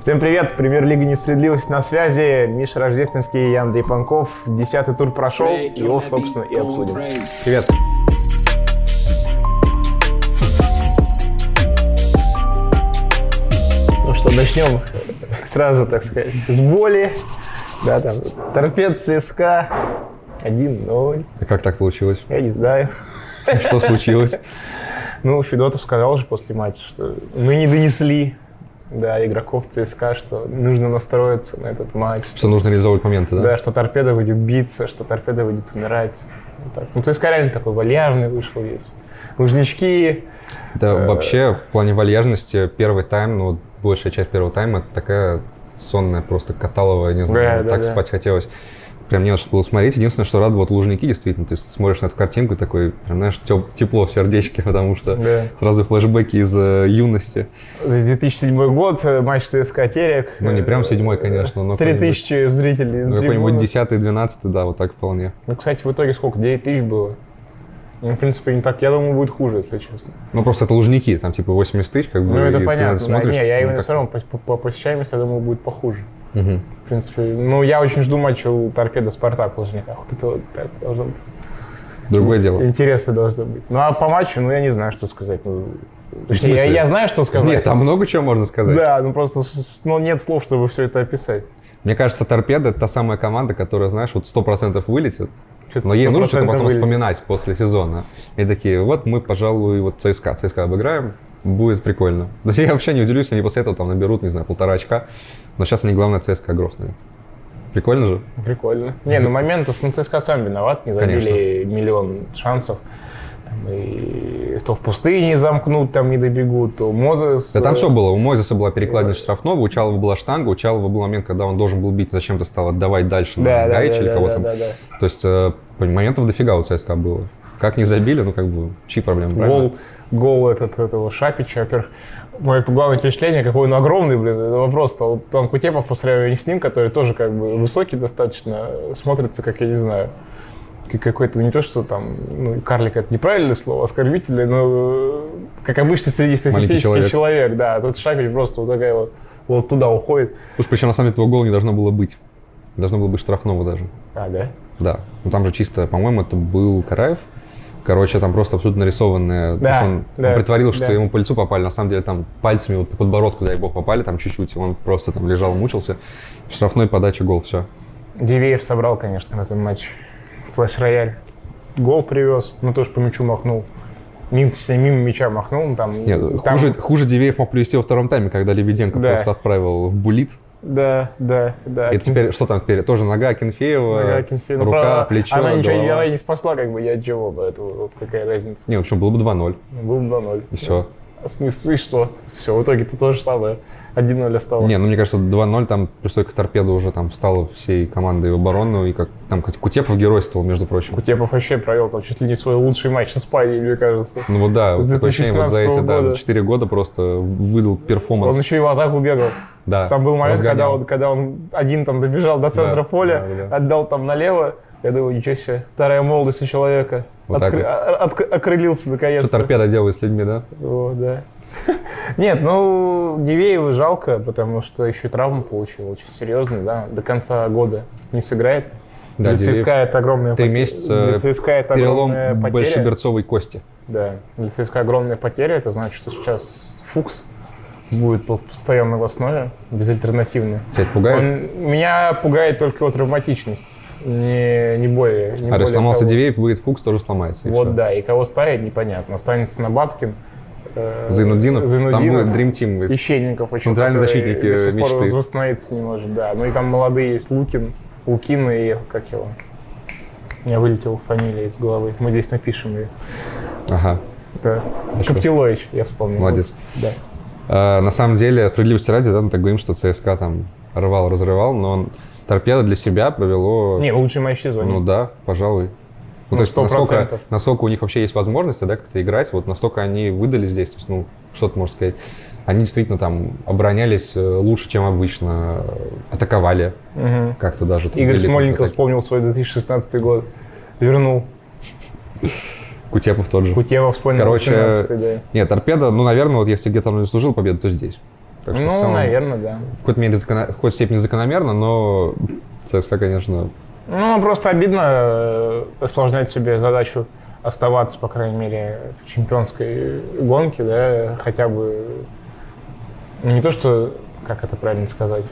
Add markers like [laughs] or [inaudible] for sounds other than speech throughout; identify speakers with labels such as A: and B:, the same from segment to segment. A: Всем привет, премьер-лига «Несправедливость» на связи. Миша Рождественский и Андрей Панков. Десятый тур прошел, его, собственно, и обсудим.
B: Привет.
A: Ну что, начнем сразу, так сказать, с боли. Да, там, торпед ЦСКА 1-0.
B: А Как так получилось?
A: Я не знаю.
B: Что случилось?
A: Ну, Федотов сказал же после матча, что мы не донесли да, игроков ЦСКА, что нужно настроиться на этот матч.
B: Что нужно реализовывать моменты,
A: Да,
B: да?
A: что торпеда будет биться, что торпеда будет умирать. Вот так. Ну, ЦСКА реально такой вальяжный вышел весь. э, Лужнички.
B: Да, вообще, в плане вальяжности, первый тайм, ну, вот большая часть первого тайма, это такая сонная просто каталовая, не
A: Да,
B: знаю,
A: да,
B: так
A: да.
B: спать хотелось. Прям не на что было смотреть. Единственное, что рад, вот лужники, действительно. Ты смотришь на эту картинку и такой, прям, знаешь, тё- тепло в сердечке, [laughs] потому что
A: Да.
B: сразу флешбеки из э, юности.
A: 2007 год, э, матч ЦСКА Терек.
B: Ну, не прям седьмой, конечно, но
A: 3000 зрителей. на
B: Ну, какой-нибудь
A: трибунах.
B: 10 12 да, вот так вполне.
A: Ну, кстати, в итоге сколько? 9 тысяч было? Ну, в принципе, не так. Я думаю, будет хуже, если честно.
B: Ну, просто это лужники, там, типа, 80 тысяч, как бы.
A: Ну, это
B: и ты
A: понятно. да.
B: смотришь,
A: не, я
B: ну,
A: именно
B: как-
A: все равно по, по- по посещаемости, я думаю, будет похуже.
B: Мгм.
A: В принципе, ну, я очень жду матча у Торпеда Спартак в Лужниках. Вот это вот так должно быть.
B: Другое дело.
A: Интересно должно быть. Ну, а по матчу, ну, я не знаю, что сказать. Ну, точнее, я,
B: смысле?
A: я знаю, что сказать.
B: Нет, там много чего можно сказать.
A: Да, ну просто с- с- ну, нет слов, чтобы все это описать.
B: Мне кажется, торпеда это та самая команда, которая, знаешь, вот 100% вылетит.
A: Чё-то
B: Но ей нужно
A: 100%
B: что-то потом
A: вылетит.
B: вспоминать после сезона. И такие, вот мы, пожалуй, вот ЦСКА, ЦСКА обыграем, будет прикольно. [laughs] То есть я вообще не удивлюсь, они после этого там наберут, не знаю, полтора очка. Но сейчас они, главное, ЦСКА грохнули. Прикольно же?
A: Прикольно. Не, ну моментов, ну, ЦСКА сам виноват, не забили миллион шансов. Там и то в пустыне замкнут, там не добегут, то Мозес...
B: Да там
A: э,
B: все было. У Мойзеса была перекладина штрафного, у Чалова была штанга, у Чалова был момент, когда он должен был бить, зачем-то стал отдавать дальше
A: Да,
B: на
A: да,
B: Гаича
A: да,
B: или
A: да,
B: кого
A: да,
B: там.
A: да, да.
B: То есть э, моментов дофига у ЦСКА было. Как не забили, ну как бы, чьи проблемы, правильно?
A: Гол, гол этот, этого Шапича, во-первых, мое главное впечатление, какой он огромный, блин, это вопрос стал. Там Кутепов по сравнению с ним, который тоже как бы высокий достаточно, смотрится, как я не знаю, как какой-то, не то что там, ну, карлик это неправильное слово, оскорбительное, но э, как обычно среднестатистический человек.
B: человек.
A: человек, да, а тут Шапич просто вот такая вот, вот туда уходит.
B: Слушай, причем на самом деле этого гола не должно было быть. Должно было быть штрафного даже.
A: А, да?
B: Да. Ну там же чисто, по-моему, это был Караев. Короче, там просто абсолютно нарисованное.
A: Да,
B: потому что он,
A: да,
B: он притворил,
A: да.
B: что ему по лицу попали. На самом деле там пальцами вот по подбородку, дай бог, попали там чуть-чуть. и Он просто там лежал, мучился. Штрафной подача гол, все.
A: Дивеев собрал, конечно, в этом матче. Флэш-рояль. Гол привез, ну тоже по мячу махнул. Мимо, точнее, мимо мяча махнул, ну, там...
B: Нет,
A: там-
B: хуже, хуже Дивеев мог привести во втором тайме, когда Лебеденко
A: Да.
B: просто отправил в булит.
A: Да, да, да.
B: И теперь что там теперь? Тоже нога Акинфеева,
A: Нога Акинфеева. Ну,
B: рука,
A: правда,
B: плечо,
A: Она ничего не-
B: голова.
A: она не спасла, как бы, я от чего, поэтому вот какая разница.
B: Не, в общем, было бы 2-0.
A: Ну, Был бы 2-0.
B: И все.
A: А смысл, и что? Все, в итоге-то то же самое. 1-0 осталось.
B: Не, ну мне кажется, 2-0 там пристойка торпеда уже там стала всей командой в оборону. И как там кстати, Кутепов геройствовал, между прочим.
A: Кутепов вообще провел там чуть ли не свой лучший матч с Испанией, мне кажется.
B: Ну вот да,
A: С
B: вот такое ощущение, вот за эти
A: 2016
B: да,
A: года.
B: за 4 года просто выдал перформанс.
A: Он еще и в атаку бегал.
B: да,
A: Там был момент, когда
B: разгонял.
A: он, когда он один там добежал до центра
B: Да,
A: поля,
B: да, да.
A: отдал там налево. Я думаю, ничего себе, вторая молодость у человека.
B: Вот так
A: Откры-
B: вот.
A: а- отк- окрылился
B: Что
A: наконец-то.
B: торпеда делает с людьми, да?
A: О, да. [laughs] Нет, ну, Дивеева жалко, потому что еще травму получил очень серьезную, да, до конца года не сыграет.
B: Да,
A: для
B: Дивеев.
A: ЦСКА это огромная
B: Три
A: поте-
B: месяца
A: Для ЦСКА это
B: перелом
A: огромная потеря.
B: большеберцовой кости.
A: Да, для ЦСКА огромная потеря. Это значит, что сейчас Фукс будет пол- постоянно в основе, безальтернативно.
B: Тебя это пугает? А,
A: Он- меня пугает только его травматичность, не, не более. Не
B: а, то
A: более
B: есть сломался
A: того.
B: Дивеев, выйдет Фукс, тоже сломается. и
A: Вот
B: всё.
A: да, и кого ставить, непонятно. Останется на Бабкин. э,
B: Зайнуддинов, там
A: Зайнуддинов.
B: будет Dream Team.
A: И Щенников еще,
B: Центральный
A: который
B: защитник,
A: до сих
B: э,
A: пор
B: мечты.
A: возстановиться не может, да. Ну и там молодые есть Лукин, Лукин и как его. У меня вылетела фамилия из головы. Мы здесь напишем ее.
B: Ага.
A: Да. Коптилович, я вспомнил.
B: Молодец.
A: Да.
B: А, на самом деле, справедливости ради, да, мы так говорим, что ЦСКА там рвал, разрывал, но он, торпеда для себя провело...
A: Не, лучший матч сезона.
B: Ну да, пожалуй. Ну,
A: Ну,
B: то есть насколько,
A: 100%.
B: насколько у них вообще есть возможности, да, как-то играть, вот настолько они выдали здесь, то есть, ну, что ты можешь сказать, они действительно там оборонялись э, лучше, чем обычно, э, атаковали
A: Мгм.
B: как-то даже. там
A: Игорь
B: были
A: Смольников
B: контратаки.
A: вспомнил свой 2016 год. Вернул.
B: Кутепов тот же.
A: Кутьева вспомнил
B: Короче,
A: 18 да.
B: Нет, торпеда, ну, наверное, вот если где-то он не служил победу, то здесь. Так что в
A: Ну,
B: целом,
A: наверное, да.
B: в какой-то мере, закона- в какой-то степени закономерно, но ЦСКА, конечно,
A: Ну, просто обидно э, осложнять себе задачу оставаться, по крайней мере, в чемпионской гонке, да, хотя бы ну, не то, что, как это правильно сказать,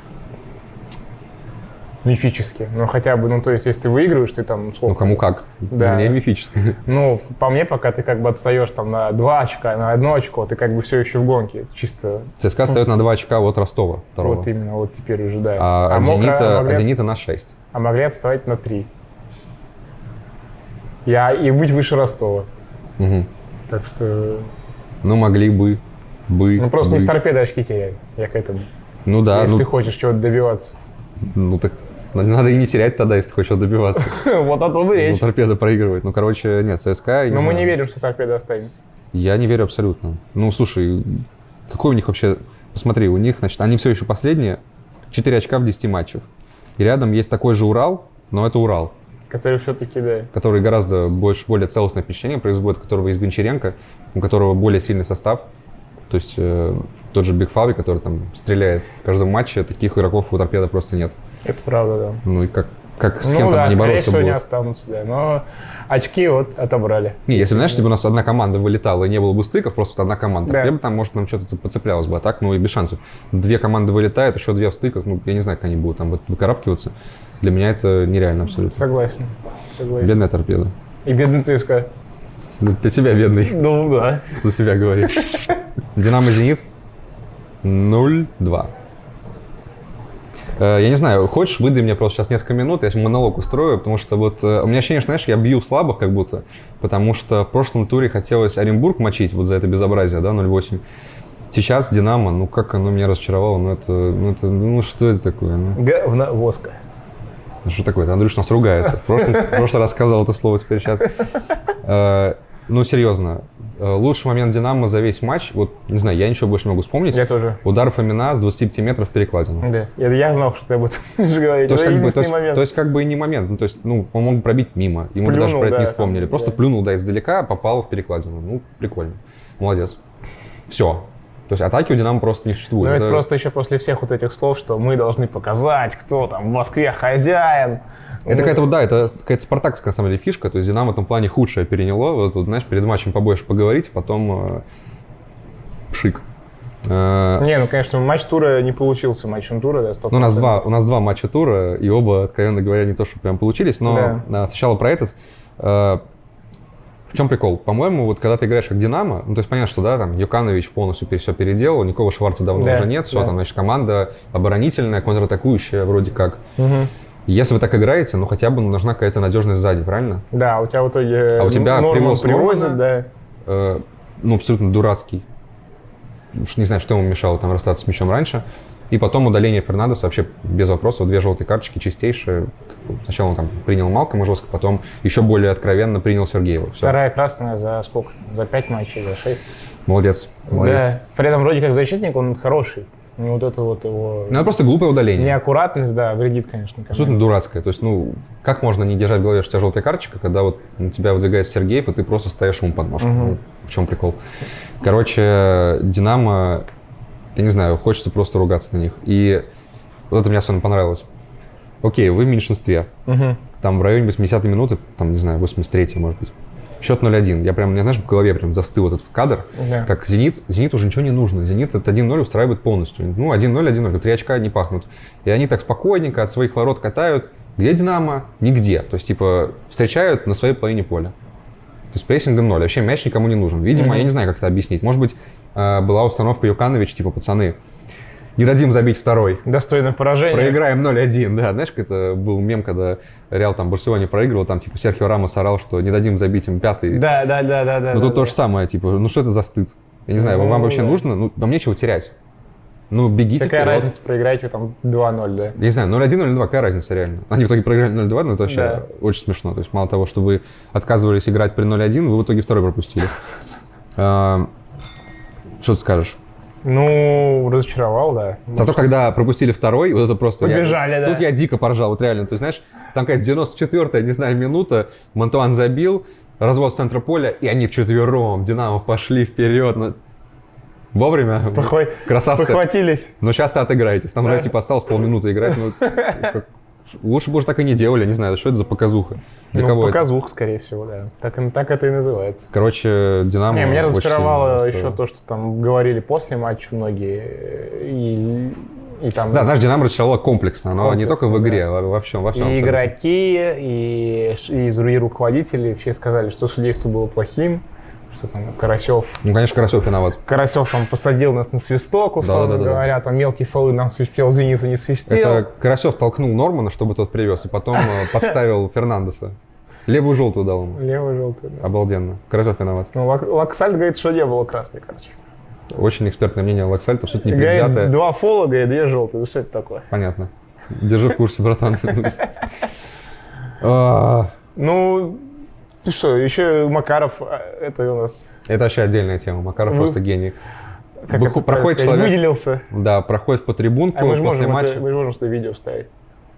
A: мифически, но хотя бы, ну, то есть, если ты выигрываешь, ты там
B: ну
A: сколько?
B: кому как.
A: Да.
B: Мне мифическое.
A: Ну, по мне, пока ты как бы отстаешь там на два очка, на одно очко, ты как бы все еще в гонке, чисто
B: ЦСКА встает на 2 очка от Ростова второго.
A: вот именно вот теперь уже, да.
B: А, от
A: мог-
B: Зенита,
A: могли отс-
B: от Зенита на 6.
A: а могли отставать на три. Я и быть выше Ростова. Так что,
B: Ну, могли бы. Бы.
A: ну А, просто
B: бы.
A: не с торпедой очки теряй, я к этому.
B: Ну да,
A: если
B: ну,
A: ты хочешь чего-то добиваться.
B: ну так надо и не терять тогда, если ты
A: [laughs]
B: хочешь добиваться.
A: [laughs] вот о том и
B: Ну,
A: речь.
B: торпеда проигрывает. Ну, короче, нет, ЦСКА... я
A: Но Ну, мы
B: знаю.
A: не верим, что торпеда останется.
B: Я не верю абсолютно. Ну, слушай, какой у них вообще... Посмотри, у них, значит, они все еще последние. 4 очка в 10 матчах. И рядом есть такой же Урал, но это Урал,
A: Который все-таки, да.
B: который гораздо больше, более целостное впечатление производит, у которого есть Гончаренко, у которого более сильный состав. То есть э, тот же Биг Фаби, который там стреляет в каждом матче, таких игроков у торпеда просто нет.
A: Это правда, да.
B: Ну и как, как с
A: ну
B: кем
A: да,
B: там они
A: скорее
B: бороться
A: всего, не
B: будут?
A: останутся, да. Но очки вот отобрали.
B: Не, если, бы, знаешь, если бы у нас одна команда вылетала и не было бы стыков, просто вот одна команда,
A: Да.
B: я бы там, может, нам что-то поцеплялось бы, а так, ну и без шансов. Две команды вылетают, еще две в стыках, ну, я не знаю, как они будут там вот выкарабкиваться. Для меня это нереально абсолютно.
A: Согласен. Согласен.
B: Бедная торпеда.
A: И бедный ЦСКА.
B: Для для тебя бедный,
A: Ну да.
B: за себя говори. Динамо Зенит 0-2. Э, Я не знаю, хочешь, выдай мне просто сейчас несколько минут, я сейчас монолог устрою, потому что вот э, у меня ощущение, что, знаешь, я бью слабых как будто, потому что в прошлом туре хотелось Оренбург мочить вот за это безобразие, да, 0-8. Сейчас Динамо, ну как оно меня разочаровало, ну это, ну это, ну что это такое, ну
A: Говна воска.
B: что такое, Андрюш нас ругается. В прошлом, в прошлый раз сказал это слово, теперь сейчас. Э, Ну серьезно, э, лучший момент Динамо за весь матч, вот не знаю, я ничего больше не могу вспомнить.
A: Я тоже.
B: Удар Фомина с 25 метров в перекладину.
A: Да. Я, я знал, что ты [laughs] об этом будешь говорить.
B: То есть,
A: Это
B: как бы, то,
A: единственный
B: есть,
A: момент.
B: то есть как бы и не момент. Ну, то есть, ну, он мог пробить мимо. Ему бы
A: Плюнул,
B: даже про это
A: да,
B: не
A: там,
B: вспомнили. Просто
A: да.
B: плюнул, да, издалека, попал в перекладину. Ну, прикольно. Молодец. Все. То есть атаки у Динамо просто не
A: Но
B: существует.
A: Ну, это просто еще после всех вот этих слов, что мы должны показать, кто там в Москве хозяин.
B: это какая-то, вот, да, это какая-то спартакская, на самом деле, фишка. То есть Динамо в этом плане худшее переняло. Вот, вот, знаешь, перед матчем побольше поговорить, потом э, пшик. Э,
A: Не, ну, конечно, матч тура не получился матчем тура, да, 100%.
B: Ну, у нас два, у нас два матча тура, и оба, откровенно говоря, не то, что прям получились, но
A: Да.
B: а, сначала про этот. Э, В чем прикол? По-моему, вот когда ты играешь как Динамо, ну, то есть понятно, что, да, там, Юканович полностью все переделал, никого Шварца давно
A: Да,
B: уже нет, все,
A: да.
B: там, значит, команда оборонительная, контратакующая вроде как.
A: Мгм.
B: Если вы так играете, ну, хотя бы нужна какая-то надежность сзади, правильно?
A: Да, у тебя в итоге э,
B: А у тебя
A: Норман
B: привоз
A: привозит,
B: Нормана?
A: да.
B: Э, Ну, абсолютно дурацкий. Уж не знаю, что ему мешало там расстаться с мячом раньше. И потом удаление Фернандеса вообще без вопросов. Две желтые карточки чистейшие. Сначала он там принял Малкома жестко, потом еще более откровенно принял Сергеева. Все.
A: Вторая красная за сколько там? За 5 матчей, за 6.
B: Молодец. Молодец.
A: Да. При этом вроде как защитник, он хороший. Ну, вот это вот его
B: Ну, это просто глупое удаление.
A: неаккуратность, да, вредит, конечно. команде.
B: Абсолютно дурацкое. То есть, ну, как можно не держать в голове, что у тебя желтая карточка, когда вот на тебя выдвигается Сергеев, и ты просто стоишь ему под ножку. Ну, в чем прикол? Короче, Динамо, я не знаю, хочется просто ругаться на них. И вот это мне особенно понравилось. Окей, вы в меньшинстве.
A: Мгм.
B: Там в районе 80 минуты, там, не знаю, 83 может быть. Счет 0-1. Я прям, у меня, знаешь, в голове прям застыл этот кадр,
A: Да.
B: как «Зенит». «Зенит» уже ничего не нужно. «Зенит» этот 1-0 устраивает полностью. Ну, 1-0, 1-0, три очка не пахнут. И они так спокойненько от своих ворот катают. Где «Динамо»? Нигде. То есть, типа, встречают на своей половине поля. То есть прессинга ноль. Вообще мяч никому не нужен. Видимо, я не знаю, как это объяснить. Может быть, э, была установка Юканович, типа, пацаны, не дадим забить второй.
A: Достойное поражение.
B: Проиграем 0-1, да. Знаешь, как это был мем, когда Реал там Барселоне проигрывал, там типа Серхио Рамос орал, что не дадим забить им пятый.
A: Да, да, да, да, да. да,
B: Но тут
A: да.
B: то же самое, типа, ну что это за стыд? Я не знаю, вам, вам
A: Ну,
B: вообще
A: да.
B: нужно? Ну, вам нечего терять. Ну, бегите
A: Какая
B: вперед.
A: разница, проиграть вы там 2-0, да?
B: Я не знаю, 0-1, 0-2, какая разница реально? Они в итоге проиграли 0-2, но это вообще
A: Да.
B: очень смешно. То есть мало того, что вы отказывались играть при 0-1, вы в итоге второй пропустили. [laughs] А, Что ты скажешь?
A: Ну, разочаровал, да.
B: Зато А когда пропустили второй, вот это просто... я-
A: Побежали, да.
B: Тут я дико поржал, вот реально. Ты знаешь, там какая-то 94-я, не знаю, минута, Монтуан забил, развод с центра поля, и они вчетвером, Динамо пошли вперед. Ну, Вовремя.
A: Похват-
B: Красавцы.
A: Похватились.
B: Но сейчас-то отыграетесь. Там, знаешь, типа осталось полминуты играть. ну, как- Лучше бы уже так и не делали, не знаю, что это за показуха. Для
A: Ну,
B: кого это?
A: показух, скорее всего, да. Так, и- так это и называется.
B: Короче, Динамо...
A: Не, меня
B: очень
A: разочаровало
B: сильно
A: еще
B: расстроило.
A: то, что там говорили после матча многие. И, и там
B: Да, наш Динамо разочаровало комплексно, но не
A: Комплексно,
B: только в игре, а во всем, во всем.
A: и
B: абсолютно.
A: игроки, и, ш- и из- и руководители все сказали, что судейство было плохим, что там Карасев.
B: Ну, конечно, Карасев виноват.
A: Карасев там посадил нас на свисток, условно
B: Да-да-да-да.
A: говоря, там мелкие фолы нам свистел, Зениту не свистел.
B: Это Карасев толкнул Нормана, чтобы тот привез, и потом
A: [laughs]
B: э, подставил Фернандеса. Левую желтую дал ему.
A: Левый желтый, да.
B: Обалденно. Карасев виноват.
A: Ну, Лак- Лаксальд говорит, что не было красной карточки.
B: Очень экспертное мнение Лаксальта, абсолютно
A: Говорит,
B: непредвзятое.
A: два фола, говорит, две желтые. Ну, что это такое?
B: Понятно. Держи в курсе, братан. А,
A: Ну, ты что, еще Макаров, а, это у нас...
B: Это вообще отдельная тема. Макаров
A: Вы-
B: просто гений.
A: как
B: Вы-
A: это
B: проходит
A: правильно сказать,
B: человек-
A: Выделился.
B: Да, проходит по
A: А
B: трибунку
A: мы же
B: после
A: можем, это-
B: матча.
A: мы же можем что видео вставить.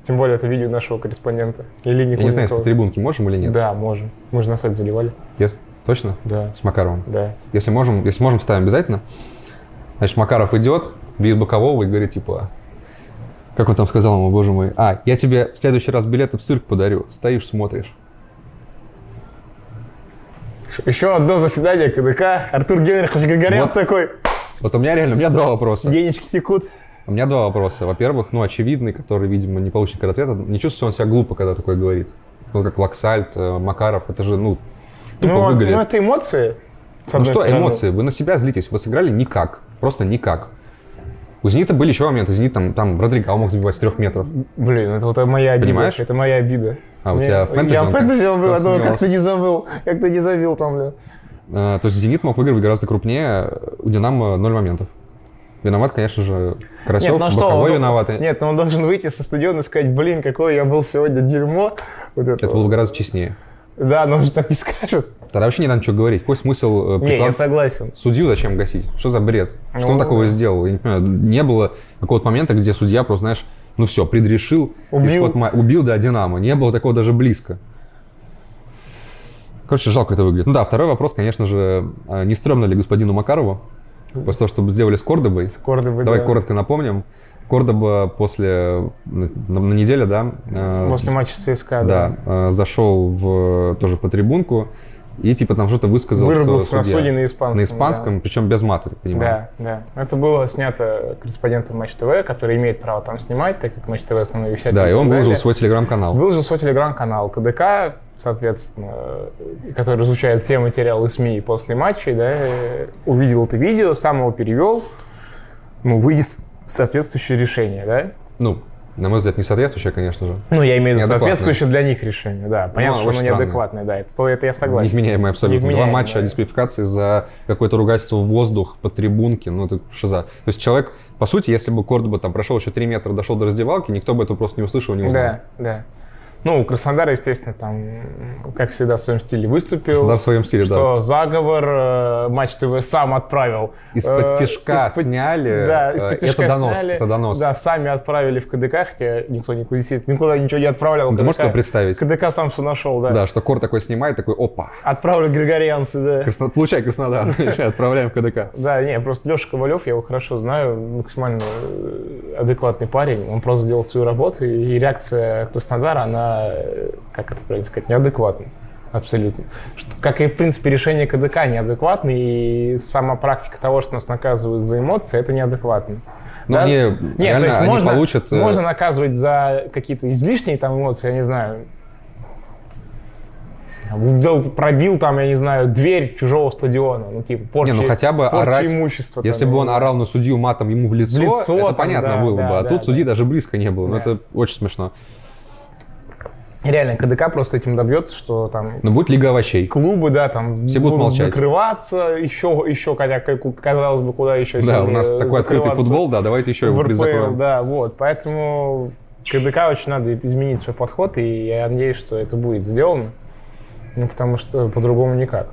A: Тем более, это видео нашего корреспондента. Или
B: Я не знаю, если по трибунке можем или нет.
A: Да, можем. Мы же на сайт заливали.
B: Ес- Точно?
A: Да.
B: С Макаровым.
A: Да.
B: Если можем, если можем, ставим обязательно. Значит, Макаров идет, видит бокового и говорит, типа, как он там сказал ему, боже мой, а, я тебе в следующий раз билеты в цирк подарю. Стоишь, смотришь.
A: Еще одно заседание КДК. Артур Генрихович Григорян
B: Вот.
A: с такой.
B: Вот у меня реально, у меня два вопроса.
A: Денечки текут.
B: У меня два вопроса. Во-первых, ну, очевидный, который, видимо, не получит никогда ответа. Не чувствует он себя глупо, когда такое говорит? Ну, как Лаксальт, э, Макаров, это же, ну, тупо
A: Ну, а-
B: выглядит.
A: ну, это эмоции. с
B: Ну
A: одной
B: что,
A: стороны.
B: эмоции? Вы на себя злитесь. Вы сыграли никак. Просто никак. У «Зенита» были еще моменты. «Зенит» там, там Родриго а мог забивать с трех метров.
A: Блин, это вот моя обида.
B: Понимаешь?
A: Это моя обида.
B: А, у
A: Мне-
B: тебя фэнтези,
A: Я
B: он
A: в фэнтези
B: как-
A: он был,
B: как
A: но как
B: сомневался.
A: ты не забыл. Как ты не забил там, блин.
B: Э, То есть «Зенит» мог выигрывать гораздо крупнее. У «Динамо» ноль моментов. Виноват, конечно же,
A: ну
B: Карасев, Боковой
A: он-
B: виноваты.
A: Нет, но он должен выйти со стадиона и сказать, блин, какое я был сегодня дерьмо. Вот это.
B: Это было бы гораздо честнее.
A: Да, но он же так не скажет.
B: Тогда вообще не надо ничего говорить. Какой смысл э,
A: Не, я
B: приклад-
A: согласен.
B: Судью зачем гасить? Что за бред? Что он
A: Ну,
B: такого
A: да.
B: сделал? Я не понимаю. Не было какого-то момента, где судья просто, знаешь, ну все, предрешил. и
A: Убил.
B: исход ма- убил, да, Динамо. Не было такого даже близко. Короче, жалко это выглядит. Ну да, второй вопрос, конечно же, а не стрёмно ли господину Макарову после того, что сделали с Кордобой?
A: Корды бы,
B: Давай
A: да.
B: коротко напомним. Кордоба после, на, на неделе, да, э,
A: После матча с ЦСКА,
B: да, э, зашел в, тоже по трибунку и типа там что-то высказал,
A: Вырубился на
B: судья-
A: суде на испанском.
B: на
A: да.
B: испанском, причем без мата, я так понимаю.
A: Да, да. Это было снято корреспондентом Матч ТВ, который имеет право там снимать, так как Матч ТВ основной вещатель.
B: Да, и он
A: так
B: выложил
A: далее.
B: свой телеграм-канал.
A: Выложил свой телеграм-канал КДК, соответственно, э, который изучает все материалы СМИ после матчей, да, э, увидел это видео, сам его перевел, ну, вынес соответствующее решение, да?
B: Ну, на мой взгляд, не соответствующее, конечно же.
A: Ну, я имею в виду
B: Неадекватное.
A: соответствующее для них решение, да. Понятно,
B: Ну,
A: что
B: очень
A: оно
B: странное.
A: неадекватное, да, это, это я согласен.
B: Невменяемое абсолютно.
A: Невменяемое,
B: Два матча
A: да.
B: дисквалификации за какое-то ругательство в воздух по трибунке. Ну, это шиза. То есть человек, по сути, если бы Кордоба там прошел еще 3 метра, дошел до раздевалки, никто бы этого просто не услышал, не узнал.
A: Да, да. Ну, у Краснодара, естественно, там, как всегда, в своем стиле выступил.
B: Краснодар в своем стиле,
A: что заговор э, Матч ТВ сам отправил.
B: да. Из-под
A: Э,
B: тяжка
A: из-под-
B: сняли.
A: Да,
B: э,
A: из-под
B: это
A: тяжка
B: донос.
A: сняли.
B: Это донос.
A: Да, сами отправили в КДК, хотя никто никуда, действительно никуда ничего не отправлял.
B: Ну, Ты можешь
A: КДК
B: себе представить?
A: КДК сам все нашел, да.
B: Да, что Кор такой снимает, такой, опа,
A: Отправили григорианцы, да.
B: Красно- получай
A: [laughs]
B: Краснодар, отправляем в КДК.
A: Да, не, просто Леша Ковалев, я его хорошо знаю, максимально э, адекватный парень. Он просто сделал свою работу, и реакция Краснодара, она, э, как это правильно сказать, неадекватна. Абсолютно. Что- как и, в принципе, решение КДК неадекватно, и сама практика того, что нас наказывают за эмоции, это неадекватно.
B: Но
A: Да?
B: Ну, они
A: Нет,
B: реально,
A: то есть
B: они
A: можно,
B: получат... э,
A: можно наказывать за какие-то излишние там эмоции, я не знаю, удел- пробил там, я не знаю, дверь чужого стадиона, ну типа порчи,
B: Не, ну хотя бы
A: порчи
B: орать,
A: имущества.
B: Если
A: там,
B: бы
A: я
B: он
A: не знаю.
B: орал на судью матом ему в лицо,
A: В лицо
B: это
A: там,
B: понятно
A: да,
B: было
A: да,
B: бы. А
A: да,
B: тут
A: да.
B: судьи даже близко не было. Ну,
A: Да.
B: это очень смешно.
A: Реально, КДК просто этим добьется, что там
B: Но будет Лига овощей.
A: клубы, да, там
B: Все будут молчать.
A: закрываться, еще, еще, хотя, как- казалось бы, куда еще
B: Да, у
A: сильнее
B: нас такой открытый
A: закрываться.
B: футбол, да, давайте еще его
A: В РПЛ,
B: призакроем.
A: да, вот, поэтому КДК очень надо изменить свой подход, и я надеюсь, что это будет сделано, ну, потому что по-другому никак.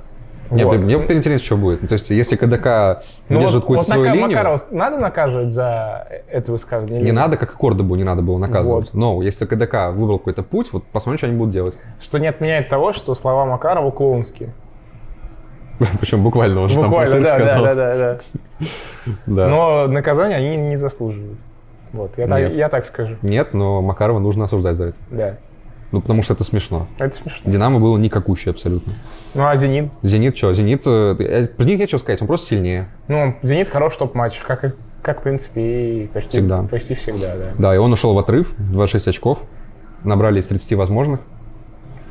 B: Не,
A: Вот.
B: блин, Мне теперь интересно, что будет. Ну, То есть, если КДК
A: Ну,
B: держит
A: вот-
B: какую-то
A: вот
B: свою
A: Нака-
B: линию,
A: Макарова надо наказывать за это высказывание? или
B: не
A: нет?
B: надо, как и Кордобу не надо было наказывать.
A: Вот.
B: Но если КДК выбрал какой-то путь, вот посмотрим, что они будут делать.
A: Что не отменяет того, что слова Макарова клоунские.
B: [laughs] Причем буквально, он же там
A: Буквально,
B: процент
A: да,
B: сказал.
A: да, да, да,
B: Да.
A: да. Но наказания они не заслуживают. Вот, я, так,
B: Нет.
A: я так скажу.
B: Нет, но Макарова нужно осуждать за это.
A: Да.
B: Ну, потому что это смешно.
A: Это смешно.
B: Динамо было никакущее абсолютно.
A: Ну а Зенит?
B: Зенит что? Зенит... э, э, Про Зенит нечего сказать, он просто сильнее.
A: Ну, Зенит хорош топ-матч, как, и- как в принципе, и почти
B: Всегда.
A: Почти всегда, да.
B: Да, и он ушел в отрыв, 26 очков. Набрали из 30 возможных.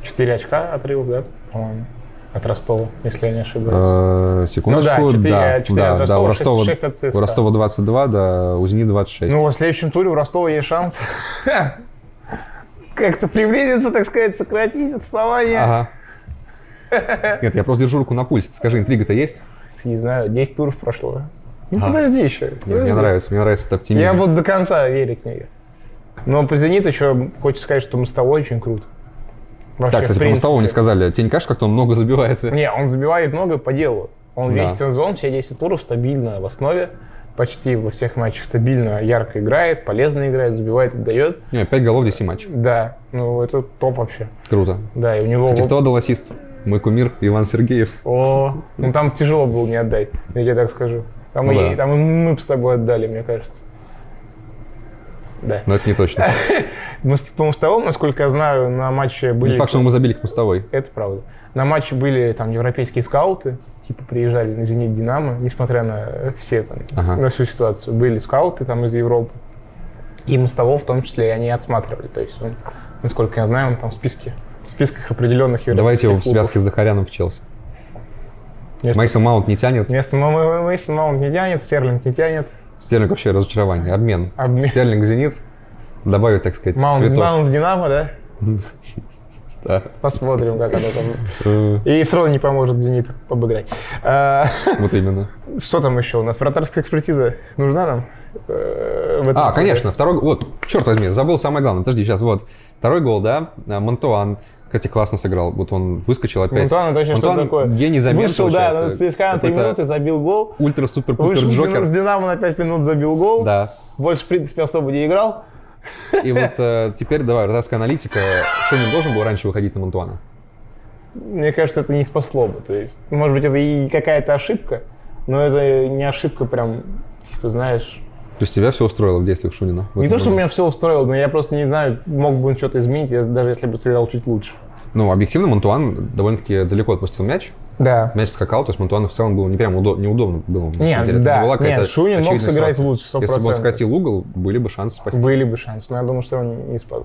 A: 4 очка отрывов, да, по-моему, от Ростова, если я не ошибаюсь.
B: Э, Секундочку.
A: Ну четыре- э,
B: да,
A: четыре
B: да,
A: от
B: да, у
A: Ростова, шесть-
B: Ростова,
A: шесть от ЦСКА.
B: у Ростова 22, да, у Зенит 26.
A: Ну, в следующем туре у Ростова есть шанс [laughs] как-то приблизиться, так сказать, сократить отставание. [laughs]
B: Ага. Нет, я просто держу руку на пульсе. Скажи, интрига-то есть?
A: Не знаю, 10 туров прошло. Ну, подожди еще.
B: Нет, мне нравится, мне нравится этот оптимизм.
A: Я буду до конца верить в нее. Но по «Зениту» еще хочется сказать, что Мостовой очень крут. Вообще,
B: Так, кстати,
A: в
B: про
A: принципе.
B: Мостового не сказали. Тебе не кажется, как-то он много забивается?
A: Не, он забивает много по делу. Он
B: Да.
A: весь сезон, все 10 туров стабильно в основе. Почти во всех матчах стабильно, ярко играет, полезно играет, забивает, отдает.
B: Не, 5 голов, 10 матчей.
A: Да, ну это топ вообще.
B: Круто.
A: Да, и у него...
B: Кстати,
A: вот-
B: кто отдал ассист? Мой кумир Иван Сергеев.
A: О, ну там тяжело было не отдать, я тебе так скажу. Там,
B: Ну
A: и-
B: да.
A: там и мы бы с тобой отдали, мне кажется. Да.
B: Но это
A: [laughs]
B: не точно.
A: Мы с- по Мостовому, насколько я знаю, на матче были...
B: Не факт, что мы забили к Мостовой.
A: Это правда. На матче были там европейские скауты, типа приезжали на «Зенит Динамо», несмотря на э, все там,
B: Ага.
A: на всю ситуацию. Были скауты там из Европы. И Мостового в том числе и они отсматривали. То есть он, насколько я знаю, он там в списке, в списках определенных европейских
B: Давайте его в
A: клубов.
B: связке с Захаряном в Челси.
A: Вместо,
B: Мейсон Маунт не тянет.
A: вместо Ма- Ма- Ма- Мейсона он не тянет, Стерлинг не тянет.
B: Стерлинг вообще разочарование. Обмен.
A: Обмен.
B: Стерлинг Зенит. Добавить, так сказать,
A: Маунт,
B: цветов.
A: Маунт в Динамо, да?
B: Да.
A: Посмотрим, как оно там.
B: Э,
A: И все равно не поможет «Зенит» обыграть. А, [laughs]
B: Вот именно.
A: Что там еще у нас? Вратарская экспертиза нужна нам? э, в этом
B: А,
A: туре?
B: конечно, второй гол. Вот, черт возьми, забыл самое главное. Подожди, сейчас вот. Второй гол, да? а, Монтуан. Кстати, классно сыграл. Вот он выскочил опять.
A: Антуан, это вообще
B: Монтуан
A: что такое?
B: Гений замен,
A: Вышел, да, ну, на
B: получается.
A: ЦСКА на 3
B: э, Какой-то
A: минуты, забил гол.
B: Ультра-супер-пупер
A: Вышел с
B: Джокер.
A: Динамо на 5 минут, забил гол.
B: Да.
A: Больше, в принципе, особо не играл.
B: И вот э, теперь давай, вратарская аналитика. Шунин должен был раньше выходить на Монтуана?
A: Мне кажется, это не спасло бы. То есть, может быть, это и какая-то ошибка, но это не ошибка прям, типа, знаешь...
B: То есть тебя все устроило в действиях Шунина? в
A: Не
B: этом
A: то, что
B: году?
A: меня все устроило, но я просто не знаю, мог бы он что-то изменить, я- даже если бы сыграл чуть лучше.
B: Ну, объективно, Монтуан довольно-таки далеко отпустил мяч.
A: Да.
B: Мяч скакал, то есть Монтуану в целом было не прям удо- неудобно было. на самом
A: Нет,
B: деле. Это
A: да,
B: не была
A: нет,
B: какая-то
A: Шунин мог
B: очевидная
A: сыграть
B: ситуация.
A: лучше, 100%.
B: Если бы он скатил угол, были бы шансы спасти.
A: Были бы шансы, но я думаю, что он не спас.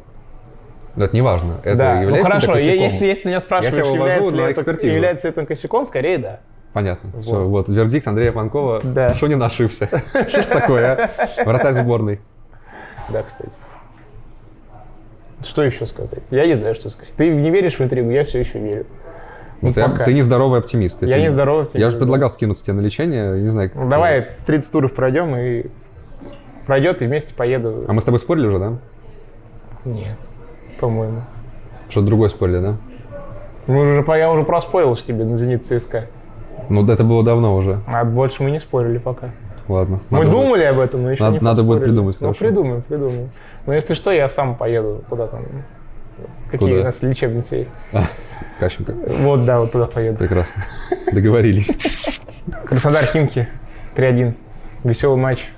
B: Но это не важно. Это
A: Да, ну
B: является ли это
A: хорошо, е-
B: косяком?
A: если, если ты меня спрашиваешь,
B: тебя увожу
A: является, ли
B: на
A: это,
B: экспертизу.
A: является это косяком, скорее да.
B: Понятно. Вот. Все, вот вердикт Андрея Панкова.
A: Да.
B: Шунин ошибся. [laughs] Что ж такое, а? Вратарь сборной.
A: Да, кстати. Что еще сказать? Я не знаю, что сказать. Ты не веришь в интригу, я все еще верю.
B: Ну, ты,
A: пока.
B: ты нездоровый оптимист.
A: Я
B: тебе-
A: нездоровый
B: Я
A: оптимист,
B: же предлагал скинуться тебе на лечение, я не знаю.
A: Ну, давай 30 туров пройдем и пройдет, и вместе поеду.
B: А мы с тобой спорили уже, да?
A: Нет, по-моему.
B: Что-то другое спорили, да?
A: Мы уже, по- я уже проспорил с тебе на «Зенит ЦСКА».
B: Ну, это было давно уже.
A: А больше мы не спорили пока.
B: Ладно.
A: Мы
B: надо будет.
A: думали об этом, но еще
B: Надо-
A: не
B: надо будет
A: поспорили.
B: придумать,
A: Ну,
B: хорошо.
A: придумаем, придумаем. Но если что, я сам поеду куда там. Какие
B: Куда?
A: у нас лечебницы есть.
B: А, Кащенко.
A: Вот, да, вот туда поеду.
B: Прекрасно. Договорились.
A: Краснодар Химки 3-1. Веселый матч.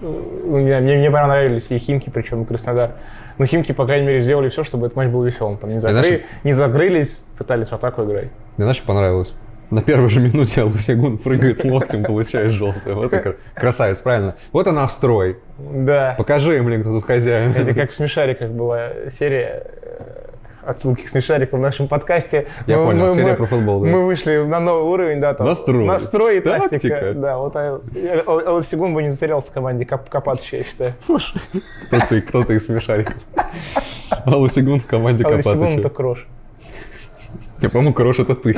A: Ну, не знаю, Мне, мне понравились и Химки, причем и Краснодар. Но Химки, по крайней мере, сделали все, чтобы этот матч был веселым. Там не, закры-
B: знаешь-
A: не закрылись, пытались в атаку играть.
B: Мне знаешь, что понравилось? На первой же минуте Алусегун прыгает локтем, получает желтое. Вот и кра- красавец, правильно. Вот и настрой.
A: Да.
B: Покажи им, блин, кто тут хозяин.
A: Это как в смешариках была серия э, отсылки к смешарикам в нашем подкасте.
B: Я понял, серия про футбол, да.
A: Мы вышли на новый уровень, да, там.
B: Настрой.
A: Настрой и тактика.
B: Тактика.
A: Да, вот а, Алсигун бы не застрял с команде Кап- Копатыча, я
B: [laughs]
A: считаю.
B: Кто-то, и- кто-то из смешариков. Алусегун в команде
A: Алсигун А это
B: Копатыча.
A: крош.
B: Я, по-моему, Крош,
A: [laughs]
B: это ты.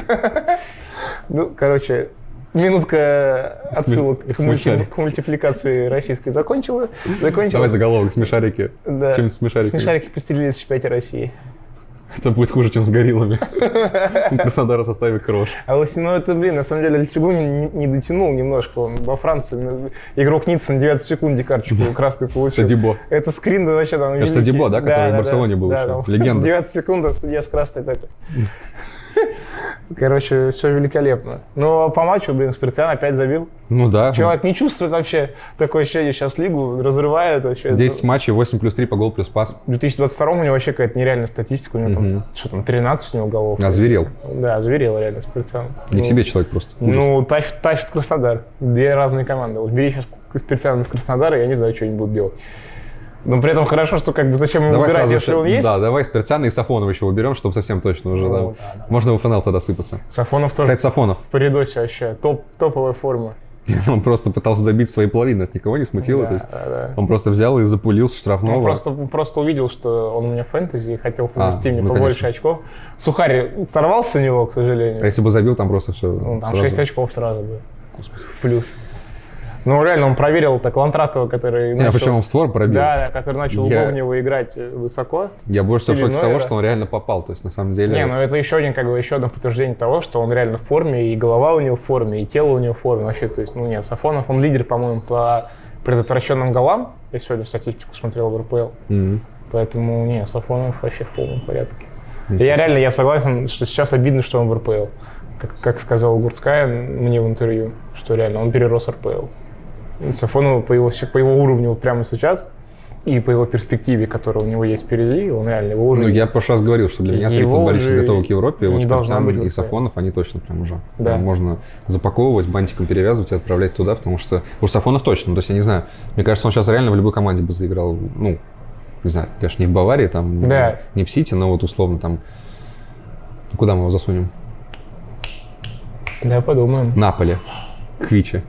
A: Ну, короче, минутка отсылок к, мульти-
B: Смешарик.
A: к мультипликации российской закончила.
B: Давай
A: Закончилась.
B: заголовок, смешарики.
A: Да.
B: Чем с смешариками?
A: Смешарики постелились в чемпионате России.
B: Это будет хуже, чем
A: [laughs]
B: с гориллами. У Краснодара в составе Крош.
A: А Лосино это, блин, на самом деле Альтигун не, не дотянул немножко. Он во Франции ну, игрок Ницца на 9 секунде карточку
B: [laughs]
A: красную получил.
B: Это Дибо.
A: Это скрин да, вообще там
B: Это
A: великий. [laughs]
B: Дибо, да, который в Барселоне был
A: да,
B: еще?
A: там
B: Легенда. [laughs]
A: 9 секунд, а судья с красной такой. Короче, все великолепно. Но по матчу, блин, Спиртян опять забил.
B: Ну да.
A: Человек не чувствует вообще такое ощущение, сейчас лигу разрывает вообще.
B: 10 матчей, 8 плюс 3 по гол плюс пас.
A: В 2022 у него вообще какая-то нереальная статистика. У него там, что там, 13 у него голов.
B: Озверел.
A: Да, зверел реально Спиртян.
B: Не
A: Ну,
B: в себе человек просто. Ужас.
A: Ну, тащит, тащит Краснодар. Две разные команды. Вот бери сейчас Спиртяна из Краснодара, я не знаю, что они будут делать. Но при этом хорошо, что как бы зачем ему
B: Давай
A: выбирать,
B: сразу
A: если
B: же-
A: он есть.
B: Да, давай Спиртяна и Сафонова еще уберем, чтобы совсем точно уже. да.
A: Ну, да,
B: Можно в финал тогда сыпаться.
A: Сафонов тоже
B: Кстати, Сафонов. [laughs]
A: в передосе вообще. Топ, топовая форма.
B: Он просто пытался добить свои половины, это никого не смутило.
A: Да,
B: то есть
A: да, да.
B: Он просто взял и запулил с штрафного.
A: Он просто, просто увидел, что он у меня фэнтези и хотел принести
B: А,
A: мне
B: ну,
A: побольше
B: конечно.
A: очков. Сухарь сорвался у него, к сожалению.
B: А если бы забил, там просто все.
A: Ну, там 6 очков сразу бы. В плюс. Ну, реально, он проверил так Лантратова, который
B: Не, а почему он в створ пробил?
A: Да, да, который начал
B: Я-
A: угомнево играть э, высоко.
B: Я больше всего в
A: Стиле ну,
B: шоке с того,
A: Нойера.
B: что он реально попал. То есть, на самом деле...
A: Не, ну это еще один, как бы, еще одно подтверждение того, что он реально в форме, и голова у него в форме, и тело у него в форме. Вообще, то есть, ну нет, Сафонов, он лидер, по-моему, по предотвращенным голам. Я сегодня статистику смотрел в РПЛ.
B: Мгм.
A: Поэтому, не, Сафонов вообще в полном порядке. Я реально, я согласен, что сейчас обидно, что он в РПЛ. Как, как сказал Гурцкая мне в интервью, что реально он перерос РПЛ. Сафонова по его, по его уровню вот прямо сейчас и по его перспективе, которая у него есть впереди, он реально его уже...
B: Ну, я в прошлый раз говорил, что для меня три
A: Его
B: футболиста
A: уже
B: готовы к Европе. Вот
A: не должно
B: Спартан
A: быть
B: и
A: вообще.
B: Сафонов, они точно прям уже.
A: Да.
B: Там Можно запаковывать, бантиком перевязывать и отправлять туда, потому что... Уж Сафонов точно, то есть я не знаю. Мне кажется, он сейчас реально в любой команде бы заиграл. Ну, не знаю, конечно, не в Баварии, там, не-
A: Да.
B: не, в Сити, но вот условно там... ну, Куда мы его засунем?
A: Да, подумаем.
B: Наполе, Квиче,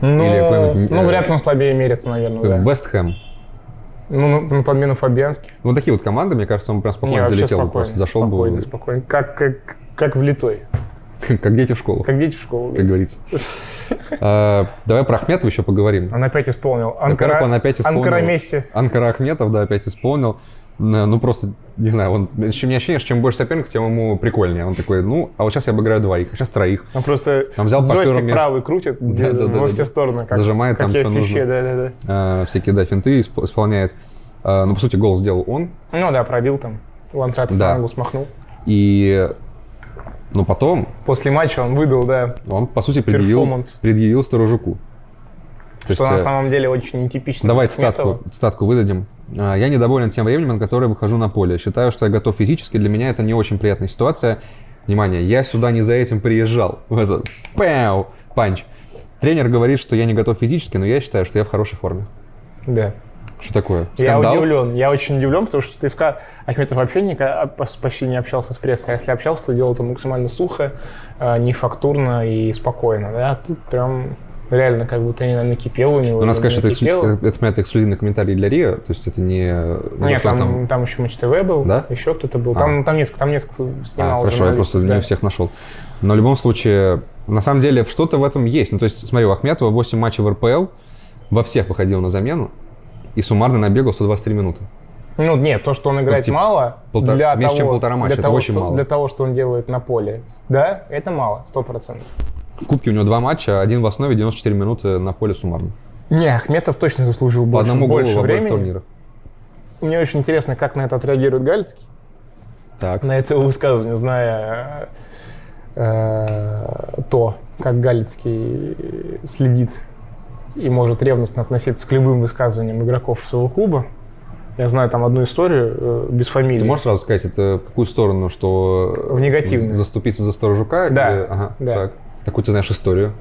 A: Ну,
B: Или какой-нибудь,
A: ну,
B: э,
A: вряд ли он слабее мерится, наверное, да.
B: Вест Хэм.
A: Ну, на, на подмену Фабиански.
B: Вот такие вот команды, мне кажется, он прям
A: Не,
B: спокойно
A: вообще
B: залетел бы
A: спокойно,
B: просто. Зашел
A: спокойно,
B: бы
A: спокойно. Как, как, как влитой.
B: [laughs] как дети в школу, как,
A: Как дети в школу. [laughs]
B: говорится. А, Давай про Ахметова еще поговорим.
A: Он опять исполнил.
B: Во-первых, он опять исполнил.
A: Анкара Месси.
B: Анкара Ахметов, да, опять исполнил. Н- Ну, просто, не знаю, он, у меня ощущение, что чем больше соперник, тем ему прикольнее. Он такой, ну, а вот сейчас я обыграю двоих, а сейчас троих.
A: Он просто
B: Он взял
A: джойстик
B: партнера между-
A: правый крутит
B: [laughs] Да, да, да,
A: во
B: да,
A: все
B: да.
A: стороны. Как,
B: Зажимает
A: как
B: там,
A: я
B: что
A: в фище,
B: нужно.
A: Да, да, да.
B: А, всякие, да, финты исп- исполняет. А, ну, по сути, гол сделал он.
A: Ну да, пробил там. Лантрат
B: Да.
A: на ногу смахнул.
B: И, ну, потом
A: После матча он выдал, да,
B: он, по сути, предъявил,
A: Перформанс.
B: предъявил Сторожуку. То
A: что
B: есть,
A: на
B: э,
A: самом деле очень нетипично.
B: Давай
A: для Ахметова.
B: статку, статку выдадим. А, Я недоволен тем временем, на которое выхожу на поле. Считаю, что я готов физически. Для меня это не очень приятная ситуация. Внимание, я сюда не за этим приезжал. [laughs] Вот этот пэу, панч. Тренер говорит, что я не готов физически, но я считаю, что я в хорошей форме.
A: Да.
B: Что такое?
A: Я
B: Скандал?
A: удивлен, я очень удивлен, потому что в ЦСКА Ахметов вообще никогда а, пос- почти не общался с прессой. А если общался, то делал это максимально сухо, э, не фактурно и спокойно. Да? А Тут прям реально как будто не накипело у него.
B: Ну, У нас,
A: или не
B: конечно, это, эксклю-
A: накипело.
B: это, понятно, эксклюзивный комментарий для Рио, то есть это не... не
A: Ну, Нет,
B: что
A: там, там... еще Матч ТВ был,
B: Да?
A: еще кто-то был.
B: А.
A: Там, там несколько, там несколько снимал
B: А, хорошо, я
A: журналистов,
B: просто
A: да.
B: не всех нашел. Но в любом случае, на самом деле, что-то в этом есть. Ну, то есть, смотри, у Ахметова 8 матчей в РПЛ, во всех выходил на замену, и суммарно набегал 123 минуты.
A: Ну, нет, то, что он играет
B: типа,
A: мало,
B: полтора-
A: для
B: меньше,
A: того,
B: чем полтора матча,
A: для
B: это
A: того,
B: очень
A: что,
B: мало.
A: Для того, что он делает на поле, да, это мало, сто процентов.
B: В Кубке у него два матча, один в основе, 94 минуты на поле суммарно.
A: Не, Ахметов точно заслужил
B: По
A: больше,
B: одному
A: больше
B: голу в обоих
A: времени.
B: турнирах.
A: Мне очень интересно, как на это отреагирует Гальцкий,
B: Так.
A: на это его высказывание, зная э, то, как Галицкий следит и может ревностно относиться к любым высказываниям игроков своего клуба. Я знаю там одну историю э, без фамилии.
B: Ты можешь сразу сказать, это в какую сторону, что...
A: В негативную.
B: з- Заступиться за Сторожука?
A: Да,
B: или- Ага,
A: да.
B: так. Такую ты знаешь историю.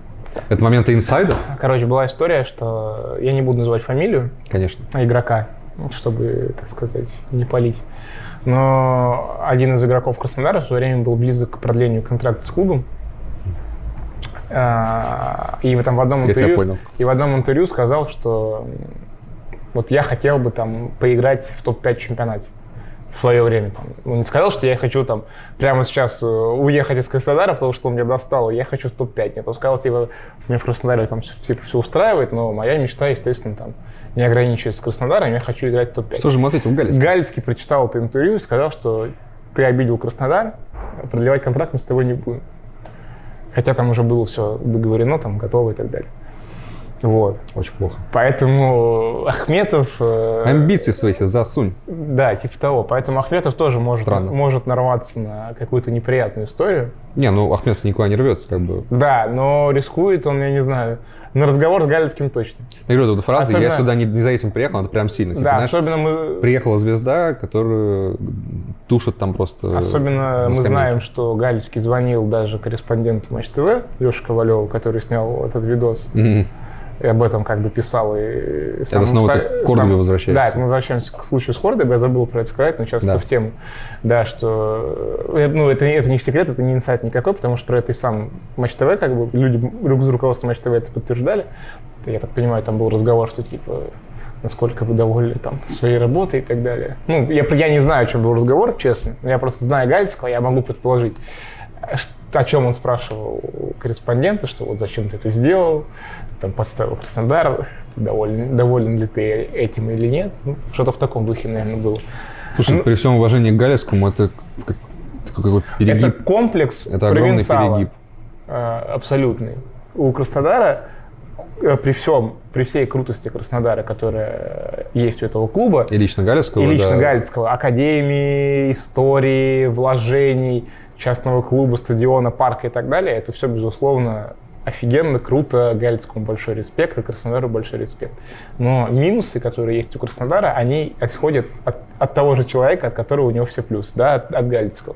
B: Это моменты инсайда,
A: Короче, была история, что я не буду называть фамилию
B: конечно.
A: игрока, чтобы, так сказать, не палить. Но один из игроков Краснодара в свое время был близок к продлению контракта с клубом. А, И в, там, в одном
B: Я тебя
A: интервью,
B: понял.
A: и в одном интервью сказал, что м, вот я хотел бы там поиграть в топ-5 чемпионате в свое время. Там. Он не сказал, что я хочу там прямо сейчас э, уехать из Краснодара, потому что он меня достал, и я хочу в топ-5. Нет, он сказал, типа, мне в Краснодаре там все, устраивает, но моя мечта, естественно, там не ограничивается Краснодаром, я хочу играть в топ-5.
B: Что же ему ответил Галис?
A: Галицкий прочитал это интервью и сказал, что ты обидел Краснодар, продлевать контракт мы с тобой не будем. Хотя там уже было все договорено, там готово и так далее. Вот.
B: Очень плохо.
A: Поэтому Ахметов... э,
B: Амбиции свои себе засунь.
A: Да, типа того. Поэтому Ахметов тоже может,
B: Странно.
A: может нарваться на какую-то неприятную историю.
B: Не, ну Ахмед никуда не рвется, как бы.
A: Да, но рискует он, я не знаю, на разговор с Галицким точно.
B: Я говорю, вот эта фраза, я
A: Особенно-
B: сюда не, не за этим приехал, это прям сильно. Типа,
A: да,
B: знаешь,
A: особенно мы...
B: приехала звезда, которую тушат там просто.
A: Особенно
B: на
A: мы
B: скамейке.
A: знаем, что Галицкий звонил даже корреспонденту Матч ТВ, Леше Ковалеву, который снял этот видос.
B: Мгм.
A: И об этом как бы писал. И сам-
B: снова
A: са-
B: ты к Кордобе возвращаешься.
A: Да, это мы возвращаемся к случаю с Кордобе. Я забыл про это сказать, но сейчас
B: Да.
A: это в тему. Да, что... э, Ну, это, это не секрет, это не инсайт никакой, потому что про это и сам Матч ТВ, как бы, люди ру- с руководством Матч ТВ это подтверждали. Это, Я так понимаю, там был разговор, что типа насколько вы довольны там своей работой и так далее. Ну, я, я не знаю, о чем был разговор, честно. Я просто знаю Гальского, я могу предположить. э, Ш- о чем он спрашивал у корреспондента, что вот зачем ты это сделал, там подставил Краснодар, доволен, доволен ли ты этим или нет. Ну, что-то в таком духе, наверное, было. Ну,
B: Слушай, при всем уважении к Галецкому, это как- такой какой-то перегиб.
A: Это комплекс
B: Это огромный
A: провинциала,
B: перегиб.
A: э, абсолютный. У Краснодара э, при всем, при всей крутости Краснодара, которая э, есть у этого клуба,
B: И лично Галецкого.
A: и лично
B: да.
A: Гальцкого. Академии, истории, вложений, частного клуба, стадиона, парка и так далее. Это все, безусловно, офигенно, круто. Гальцкому большой респект, и Краснодару большой респект. Но минусы, которые есть у Краснодара, они отходят от, от того же человека, от которого у него все плюсы, да, от, от Гальцкого.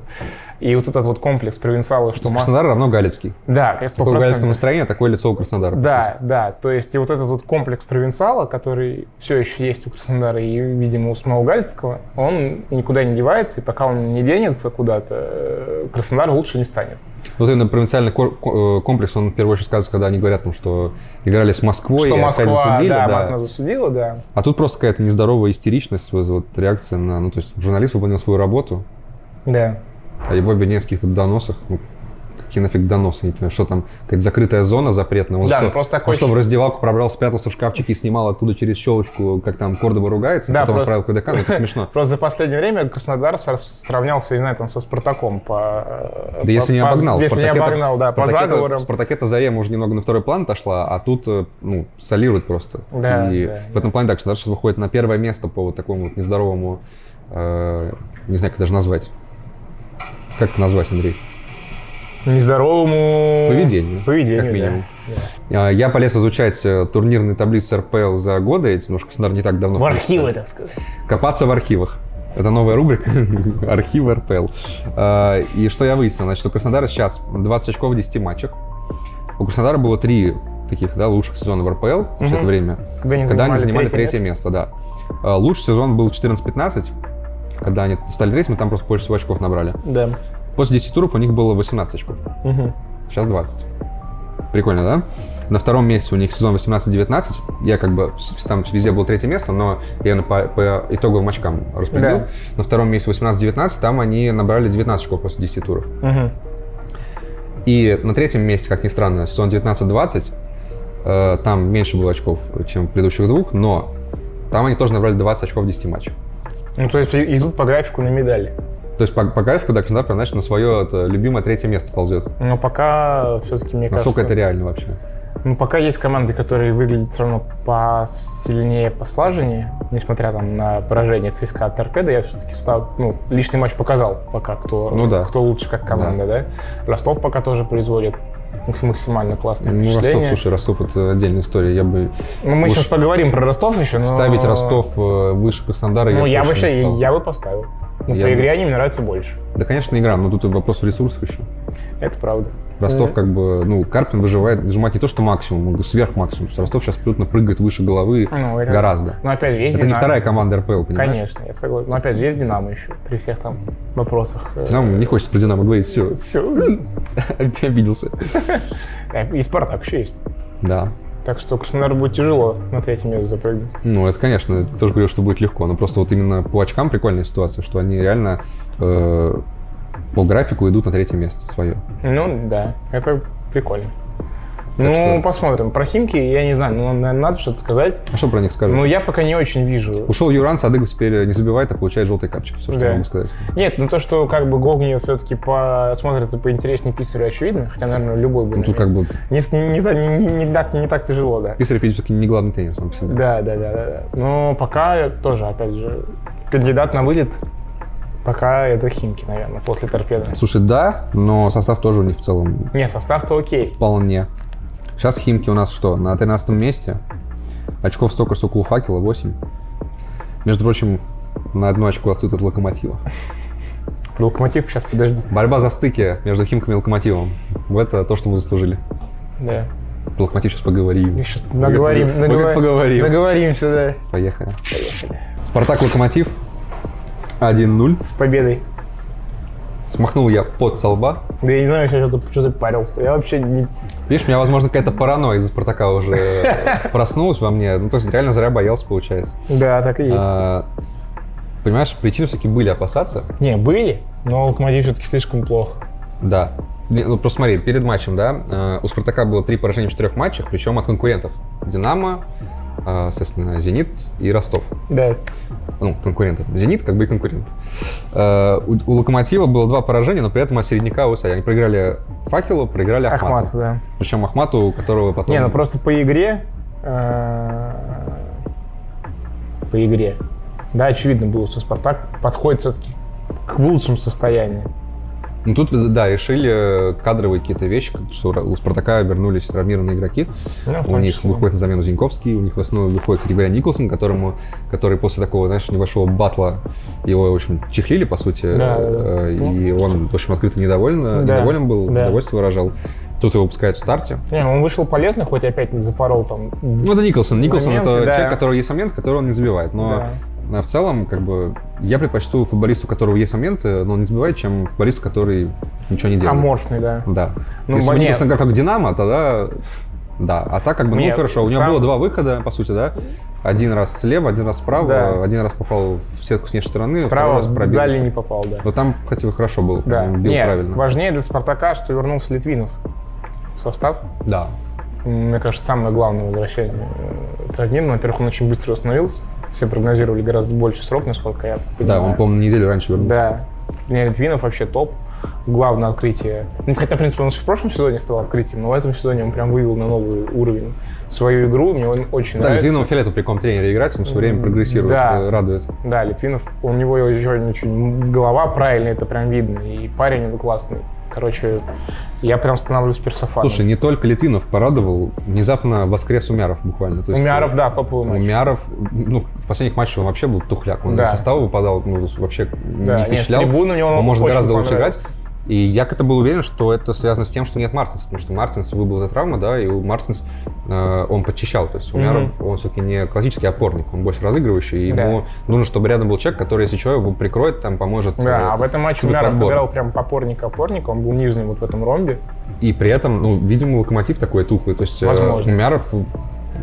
A: И вот этот вот комплекс провинциала, что... ма-
B: Краснодар равно Галецкий.
A: Да,
B: Такое
A: 100%.
B: галецкое настроение, такое лицо у Краснодара.
A: Да, да. То есть и вот этот вот комплекс провинциала, который все еще есть у Краснодара и, видимо, у самого Гальцкого, он никуда не девается, и пока он не денется куда-то, э, Краснодар лучше не станет.
B: Вот именно провинциальный кор- ко- э, комплекс, он в первую очередь сказывается, когда они говорят, там, что играли с Москвой,
A: Что
B: и опять
A: Москва,
B: засудили,
A: да,
B: да.
A: нас засудила, да.
B: А тут просто какая-то нездоровая истеричность, вот- вот реакция на... Ну, то есть журналист выполнил свою работу,
A: Да.
B: а его обвиняют в каких-то доносах. Ну, какие нафиг доносы, не понимаю, что там, какая-то закрытая зона запретная. Он
A: Да,
B: что,
A: ну просто такой
B: он что,
A: щ-
B: в раздевалку пробрался, спрятался в шкафчике и снимал оттуда через щелочку, как там Кордоба ругается,
A: Да,
B: потом
A: просто-
B: отправил к КДК, ну это смешно.
A: Просто за последнее время Краснодар сор- сравнялся, не знаю, там со Спартаком по...
B: Да если не обогнал.
A: Если не
B: Спартак это-
A: обогнал, да, по
B: Спартак это-
A: заговорам.
B: Спартак это Зарема уже немного на второй план отошла, а тут, э, ну, солирует просто.
A: Да,
B: И
A: да,
B: в
A: да.
B: этом плане так, что сейчас выходит на первое место по вот такому вот нездоровому, э, не знаю, как даже назвать. Как это назвать, Андрей?
A: Нездоровому...
B: Поведению.
A: Ну, Поведению,
B: Как
A: да.
B: минимум.
A: Да.
B: А, Я полез изучать э, турнирные таблицы РПЛ за годы эти, потому что Краснодар не так давно.
A: В
B: в принципе.
A: архивы, так сказать.
B: Копаться в архивах. Это новая рубрика [laughs] «Архивы РПЛ». А, И что я выяснил? Значит, у Краснодара сейчас 20 очков в 10 матчах. У Краснодара было три таких, да, лучших сезона в РПЛ за все
A: Мгм.
B: это время,
A: Когда они
B: когда они занимали третье место, да. А, Лучший сезон был 14-15, когда они стали третьими, там просто больше всего очков набрали.
A: Да.
B: После 10 туров у них было 18 очков.
A: Мгм.
B: Сейчас 20. Прикольно, да? На втором месте у них сезон 18-19. Я как бы с- там везде был третье место, но я на- по, по итоговым очкам распределил.
A: Да.
B: На втором месте 18-19, там они набрали 19 очков после 10 туров.
A: Мгм.
B: И на третьем месте, как ни странно, сезон 19-20, э, там меньше было очков, чем в предыдущих двух, но там они тоже набрали 20 очков в 10 матчах.
A: Ну, то есть и- идут по графику на медали.
B: То есть по, по графику, да, Краснодар прям, знаешь, на свое это, любимое третье место ползет.
A: Но пока все-таки, мне
B: Насколько это
A: кажется...
B: реально вообще?
A: Ну, пока есть команды, которые выглядят все равно посильнее, послаженнее, несмотря там на поражение ЦСКА от Торпеда, я все-таки стал, ну, личный матч показал пока, кто,
B: Ну да.
A: кто лучше как команда, да. Ростов пока тоже производит м- максимально классные
B: Ну, Ростов,
A: впечатления.
B: слушай, Ростов это отдельная история. Я бы
A: Ну, мы
B: уж
A: сейчас поговорим про Ростов еще, но...
B: Ставить Ростов э, выше Краснодара
A: Ну, я
B: бы
A: бы вообще, я бы поставил. Ну,
B: Я
A: по
B: бы-
A: игре они мне нравятся больше.
B: Да, конечно, игра, но тут и вопрос в ресурсах еще.
A: Это правда.
B: Ростов как бы, ну, Карпин выживает, выжимать не то, что максимум, он сверх максимум. Ростов сейчас абсолютно прыгает выше головы
A: Ну, это-
B: гораздо.
A: Но опять же, есть
B: Это не
A: Динамо.
B: вторая команда РПЛ, понимаешь?
A: Конечно, я согласен. Но опять же, есть Динамо еще, при всех там вопросах. э,
B: Динамо,
A: [laughs]
B: не хочется про Динамо говорить, [laughs] все,
A: Все.
B: обиделся.
A: Э, И Спартак еще есть.
B: Да.
A: Так что Краснодару будет тяжело на третье место запрыгнуть.
B: Ну, это, конечно, тоже говорил, что будет легко, но просто вот именно по очкам прикольная ситуация, что они реально э, по графику идут на третье место свое.
A: Ну да, это прикольно.
B: Так
A: ну,
B: что-
A: посмотрим. Про Химки я не знаю, но наверное, надо что-то сказать.
B: А что про них скажешь?
A: Но я пока не очень вижу.
B: Ушел Юран, Садыгов теперь не забивает, а получает желтые карточки. Все, что
A: Да.
B: я могу сказать.
A: Нет, ну то, что как бы Гогнию все-таки посмотрится поинтереснее Писарю, очевидно. Хотя, наверное, любой бы.
B: Ну, тут
A: наверное.
B: как бы
A: Не, с- не- не та- не- не так, не так тяжело, да.
B: Писарь все-таки не главный тренер сам по себе.
A: Да, да, да, да. да. Но пока тоже, опять же, кандидат на вылет, пока это Химки, наверное, после торпеды.
B: Слушай, да, но состав тоже у них в целом
A: Не, состав-то окей.
B: вполне. Сейчас Химки у нас что, на 13 месте? Очков столько, сколько у Факела, 8. Между прочим, на одно очко отстают от Локомотива.
A: Локомотив сейчас подожди.
B: Борьба за стыки между Химками и Локомотивом. Вот это то, что мы заслужили.
A: Да.
B: Про Локомотив сейчас поговорим.
A: Мы сейчас наговорим.
B: Мы как
A: наговор-
B: поговорим.
A: Наговоримся, да.
B: Поехали. Спартак Локомотив 1-0.
A: С победой.
B: Смахнул я под со лба.
A: Да я не знаю, я что-то, что-то парился. Я вообще не...
B: Видишь, у меня, возможно, какая-то паранойя из-за Спартака
A: [laughs]
B: уже проснулась во мне. Ну, то есть реально зря боялся, получается.
A: Да, так и есть.
B: А, Понимаешь, причины все-таки были опасаться.
A: Не, были, но локомотив все-таки слишком плохо.
B: Да. Не, Ну, просто смотри, перед матчем, да, э, у Спартака было три поражения в четырех матчах, причем от конкурентов. Динамо, э, соответственно, Зенит и Ростов.
A: Да.
B: ну, конкурентов. Зенит как бы и конкурент. Э, У, у Локомотива было два поражения, но при этом от середняка УСА. Они проиграли Факелу, проиграли Ахмату.
A: Ахматов, да.
B: Причем Ахмату, у которого потом...
A: Не, ну просто по игре... э, По игре. Да, очевидно было, что Спартак подходит все-таки к лучшему состоянию.
B: Ну, тут, да, решили э, кадровые какие-то вещи, что у Спартака вернулись травмированные игроки.
A: Ну, в
B: У
A: том
B: них
A: числе.
B: выходит на замену Зиньковский, у них в основу выходит категория Николсон, которому, который после такого, знаешь, небольшого батла его, в общем, чехлили, по сути,
A: Да, да, да. Ну,
B: э, и он, в общем, открыто недоволен,
A: Да.
B: недоволен был,
A: Да.
B: недовольство выражал. Тут его пускают в старте.
A: Не, ну, он вышел полезно, хоть опять не запорол там.
B: Ну, это Николсон. Николсон
A: Моменты,
B: это
A: да.
B: человек, у которого есть момент, который он не забивает. Но а, в целом, как бы, я предпочту футболисту, у которого есть моменты, но он не забивает, чем футболисту, который ничего не
A: Да.
B: делает.
A: Аморфный, да.
B: Да.
A: Ну,
B: Если бы
A: мне-
B: Николсон играл как Динамо, тогда да. А так, как бы,
A: Мне
B: ну хорошо, у него
A: сам-
B: было два выхода, по сути, да. Один раз слева, один раз справа,
A: Да.
B: один раз попал в сетку с внешней стороны, второй
A: Справа
B: раз пробил.
A: дали не попал, да.
B: Но там, кстати, хорошо был,
A: Да.
B: он бил
A: Не,
B: правильно.
A: важнее для Спартака, что вернулся Литвинов в состав.
B: Да.
A: Мне кажется, самое главное возвращение э, травмированного. Во-первых, он очень быстро восстановился. Все прогнозировали гораздо больше срок, насколько я
B: Да,
A: понимаю.
B: он, по-моему, неделю раньше вернулся.
A: Да. Не, Литвинов вообще топ. Главное открытие. Ну, хотя, в принципе, он в прошлом сезоне стал открытием, но в этом сезоне он прям вывел на новый уровень свою игру. Мне он очень
B: Да,
A: нравится.
B: Литвинову фиолету Ну, при каком тренере играть, он все время прогрессирует,
A: Да.
B: э, радует.
A: Да, Литвинов, у него еще очень голова правильная, это прям видно. И парень он классный. Короче, я прям становлюсь персофаном.
B: Слушай, не только Литвинов порадовал, внезапно воскрес Умяров буквально. То есть,
A: Умяров,
B: э,
A: да, топовый матч.
B: Умяров, ну, в последних матчах он вообще был тухляк. Он
A: Да.
B: из состава выпадал, ну, вообще
A: Да,
B: не
A: нет,
B: впечатлял.
A: трибуны у него
B: он может
A: очень
B: гораздо лучше играть.
A: понравились.
B: И я как-то был уверен, что это связано с тем, что нет Мартинса, потому что Мартинс выбыл эта травма, да, и у Мартинс э, он подчищал. То есть Умяров, он все-таки не классический опорник, он больше разыгрывающий, и
A: Да.
B: ему нужно, чтобы рядом был человек, который, если что, его прикроет, там, поможет.
A: Да,
B: э,
A: а в этом матче
B: чтобы
A: Умяров
B: подбор.
A: играл прям попорник-опорник, он был нижним вот в этом ромбе.
B: И при этом, ну, видимо, локомотив такой тухлый. То есть э,
A: Возможно.
B: Умяров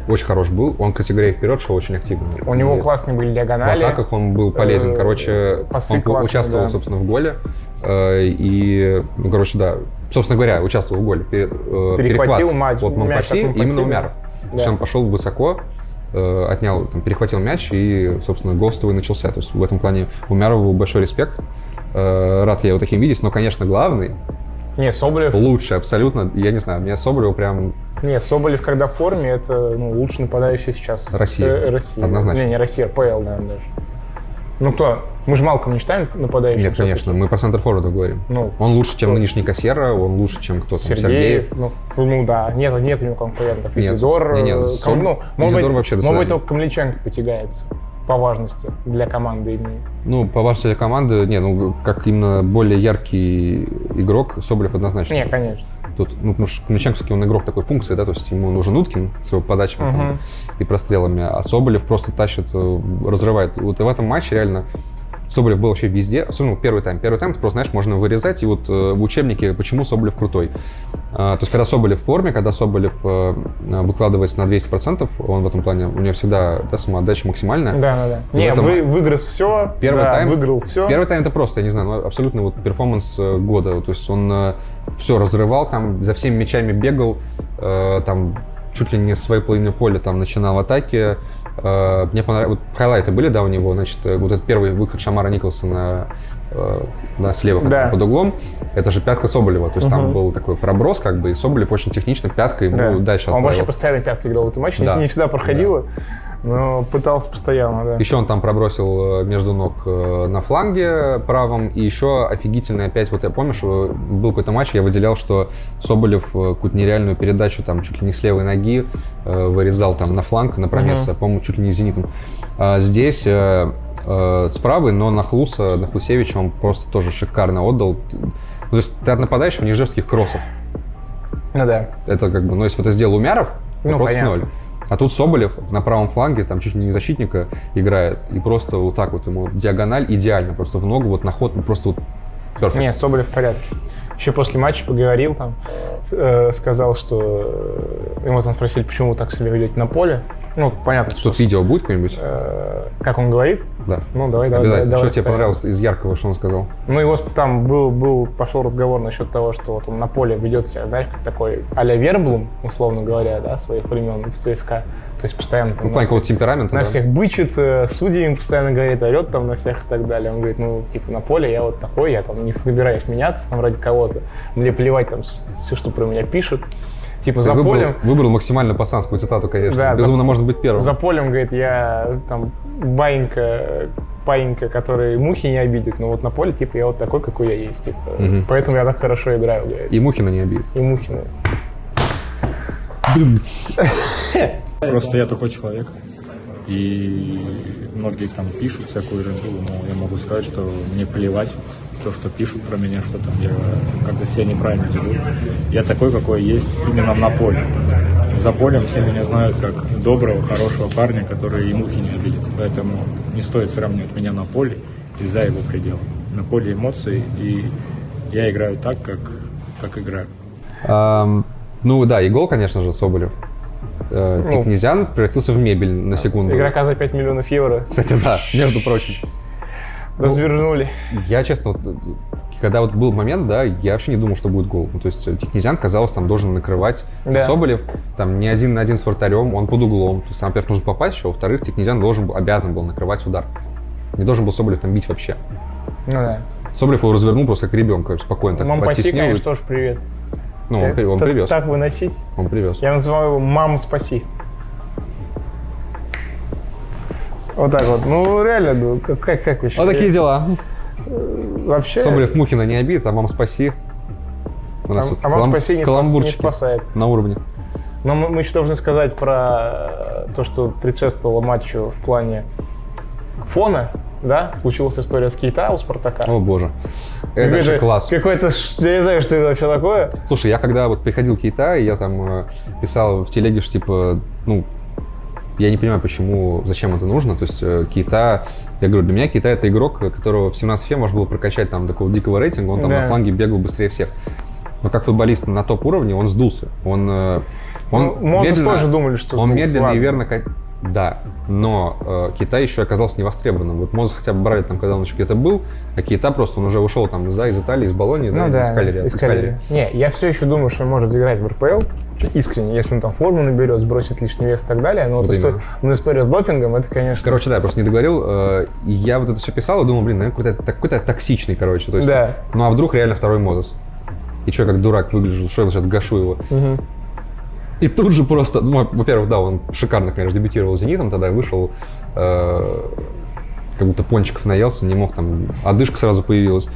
B: очень хорош был. Он категории вперед шел очень активно.
A: У него
B: И
A: классные были
B: В
A: диагонали.
B: атаках он был полезен.
A: э,
B: Короче,
A: пасы
B: он
A: классные,
B: участвовал,
A: да.
B: собственно, в голе. Э, И, ну, короче, да, собственно говоря, участвовал в голе. Пе- э,
A: Перехватил
B: перехват
A: матч,
B: от
A: мяч от
B: Монпаси,
A: Монпаси,
B: именно
A: да.
B: Умяров. То есть
A: Да.
B: он пошел высоко, э, отнял, там, перехватил мяч и, собственно, гол с того и начался. То есть в этом плане Умярову большой респект. Э, Рад я его таким видеть, но, конечно, главный
A: Не, Соболев,
B: лучше абсолютно. Я не знаю, меня Соболева прям
A: не, Соболев, когда в форме, это ну, лучший нападающий сейчас.
B: Россия.
A: Э, Россия.
B: Однозначно.
A: Не, не Россия, РПЛ, наверное, даже. Ну кто? Мы же Малком не считаем нападающим?
B: Нет,
A: всё-таки?
B: конечно, мы про центр форварда говорим.
A: Ну,
B: Он лучше, чем нынешний Кассера, он лучше, чем кто-то.
A: Сергеев, ну, ну да, нет, нет у него конкурентов.
B: Нет,
A: Изидор,
B: не, не,
A: э, ком-
B: Соб-
A: ну, может
B: Изидор
A: быть,
B: вообще до
A: может быть,
B: свидания.
A: только Камличенко потягается по важности для команды имени.
B: Ну, по вашей команды, не, ну, как именно более яркий игрок, Соболев однозначно.
A: Не, конечно.
B: Тут, ну, потому что Каменченко, всё-таки он игрок такой функции, да, то есть ему нужен Уткин с его подачами там
A: Мгм.
B: и прострелами, а Соболев просто тащит, э, разрывает. Вот и в этом матче реально Соболев был вообще везде, особенно первый тайм. Первый тайм, ты просто, знаешь, можно вырезать, и вот э, в учебнике «Почему Соболев крутой?». А, то есть, когда Соболев в форме, когда Соболев э, выкладывается на 200%, он в этом плане, у него всегда да, самоотдача максимальная.
A: Да, да, да.
B: И в
A: Не,
B: этом-
A: вы, выиграл все,
B: Первый
A: да,
B: тайм-
A: выиграл все.
B: Первый тайм это просто, я не знаю, ну, абсолютно вот перформанс э, года. То есть он все разрывал, там за всеми мячами бегал, э, там чуть ли не с своей половины поля там начинал атаки. Э, Мне понравилось, вот хайлайты были, да, у него, значит, э, вот этот первый выход Шамара Николсона э, да, слева как
A: Да.
B: бы под углом, это же пятка Соболева, то есть там
A: Мгм.
B: был такой проброс как бы, и Соболев очень технично пяткой ему
A: Да.
B: ну, дальше
A: Он вообще
B: отправил.
A: постоянно пятки играл в этом матче, не-
B: Да.
A: не, всегда проходило, но пытался постоянно, да.
B: Еще он там пробросил э, между ног э, на фланге правом. И еще офигительно опять, вот я помнишь, э, был какой-то матч, я выделял, что Соболев э, какую-то нереальную передачу там чуть ли не с левой ноги э, вырезал там на фланг, на промес,
A: Мгм.
B: я, по-моему, чуть ли не с зенитом. А здесь э, э, с правой, но на Хлуса, на Хлусевича он просто тоже шикарно отдал. Ну, То есть ты от нападающего не ждешь таких кроссов.
A: Ну да.
B: Это как бы, ну, если бы это сделал Умяров, то
A: Ну,
B: просто в
A: понятно.
B: ноль. А тут Соболев на правом фланге, там чуть ли не защитника играет, и просто вот так вот ему диагональ идеально, просто в ногу, вот на ход, ну, просто вот perfect.
A: Не, Соболев в порядке. Еще после матча поговорил там, э, сказал, что э, ему там спросили, почему вы так себя ведете на поле. Ну, понятно, что,
B: Тут видео будет какое-нибудь?
A: э, как он говорит.
B: Да.
A: Ну, давай, давай, давай.
B: Обязательно.
A: давай,
B: что тебе
A: вставим.
B: понравилось из яркого, что он сказал?
A: Ну, его сп- там был, был, пошел разговор насчет того, что вот он на поле ведет себя, знаешь, как такой а-ля Верблум, условно говоря, да, своих времен в ЦСКА. То есть постоянно там
B: Ну, в
A: на
B: плане какого-то темперамента,
A: на
B: да?
A: всех бычит, э, судьи им постоянно говорит, орет там на всех и так далее. Он говорит, ну, типа, на поле я вот такой, я там не собираюсь меняться там ради кого-то. Мне плевать там все, что про меня пишут. Типа,
B: Ты
A: за
B: выбрал,
A: полем,
B: выбрал максимально пацанскую цитату, конечно.
A: Да, за-
B: Безумно может быть первым.
A: за полем, говорит, я там баинька, э, паинька, который мухи не обидит, но вот на поле, типа, я вот такой, какой я есть, типа.
B: Мгм.
A: Поэтому я так хорошо играю, говорит.
B: И Мухина не обидит.
A: И мухи, ну. наверное.
C: Просто я такой человек. И многие там пишут всякую ерунду, но я могу сказать, что мне плевать то, что пишут про меня, что там я как-то себя неправильно веду. Я такой, какой есть именно на поле. За полем все меня знают как доброго, хорошего парня, который и мухи не обидит. Поэтому не стоит сравнивать меня на поле и за его пределы. На поле эмоций, и я играю так, как, как играю.
B: Ам, ну да, и гол, конечно же, Соболев. Э,
A: Ну.
B: Тикнезян превратился в мебель на секунду.
A: Игрока за 5 миллионов евро
B: Кстати, да, между прочим. Ну,
A: развернули.
B: Я, честно, вот, когда вот был момент, да, я вообще не думал, что будет гол. Ну, то есть Тикнезян, казалось, там должен накрывать
A: Да.
B: Соболев, там не один на один с вратарем, он под углом. То есть, там, во-первых, нужно попасть еще, во-вторых, Тикнезян должен был, обязан был накрывать удар. Не должен был Соболев там бить вообще.
A: Ну да.
B: Соблев его развернул просто как ребенка, спокойно так
A: Мам паси,
B: подтеснил.
A: конечно, тоже привет.
B: Ну, он, при- он
A: Т-
B: привез,
A: Так выносить.
B: он привез.
A: Я называю его «Мама, спаси». Вот так вот. Ну, реально, ну, как, как, как еще?
B: Вот такие дела.
A: Вообще,
B: Соболев Мухина не обидит, а мам спаси. У
A: а,
B: нас вот
A: а «Мама,
B: калам-
A: спаси» не, спас- не
B: каламбурчики
A: спасает.
B: на уровне.
A: Но мы, мы еще должны сказать про э, то, что предшествовало матчу в плане фона, да? Случилась история с Кейта у «Спартака».
B: О боже.
A: Какой
B: Ну, Это вообще
A: же-
B: класс.
A: Какой-то, ш- я не знаю, что это вообще такое.
B: Слушай, я когда вот приходил в Китай, я там э, писал в телеге, что типа, ну, я не понимаю, почему, зачем это нужно. То есть э, Кита, я говорю, для меня Китай это игрок, э, которого в 17 фе можно было прокачать там такого дикого рейтинга, он там
A: Да.
B: на фланге бегал быстрее всех. Но как футболист на топ-уровне он сдулся. Он, э, он
A: Ну, Монтес
B: медленно-
A: тоже думали, что
B: он
A: сдулся,
B: медленно
A: ладно.
B: и верно... ка- Да, но э, Китай еще оказался невостребованным. Вот Моза хотя бы брали там, когда он еще где-то был, а Кита просто, он уже ушел там да, из Италии, из Болонии, да, из Калери.
A: из Калери. Ну Не, я все еще думаю, что он может заиграть в РПЛ. Чё, Искренне, если он там форму наберет, сбросит лишний вес и так далее. Но вот
B: Вот
A: история,
B: именно.
A: ну, история с допингом, это, конечно...
B: Короче, да, я просто не договорил. Э, и Я вот это все писал и думал, блин, наверное, какой-то, так- какой-то токсичный, короче. То есть,
A: Да.
B: Ну а вдруг реально второй Модус? И что, как дурак выгляжу, что я сейчас гашу его.
A: Мгм.
B: И тут же просто, ну, во- во-первых, да, он шикарно, конечно, дебютировал с «Зенитом», тогда вышел, э, как будто пончиков наелся, не мог там, одышка сразу появилась.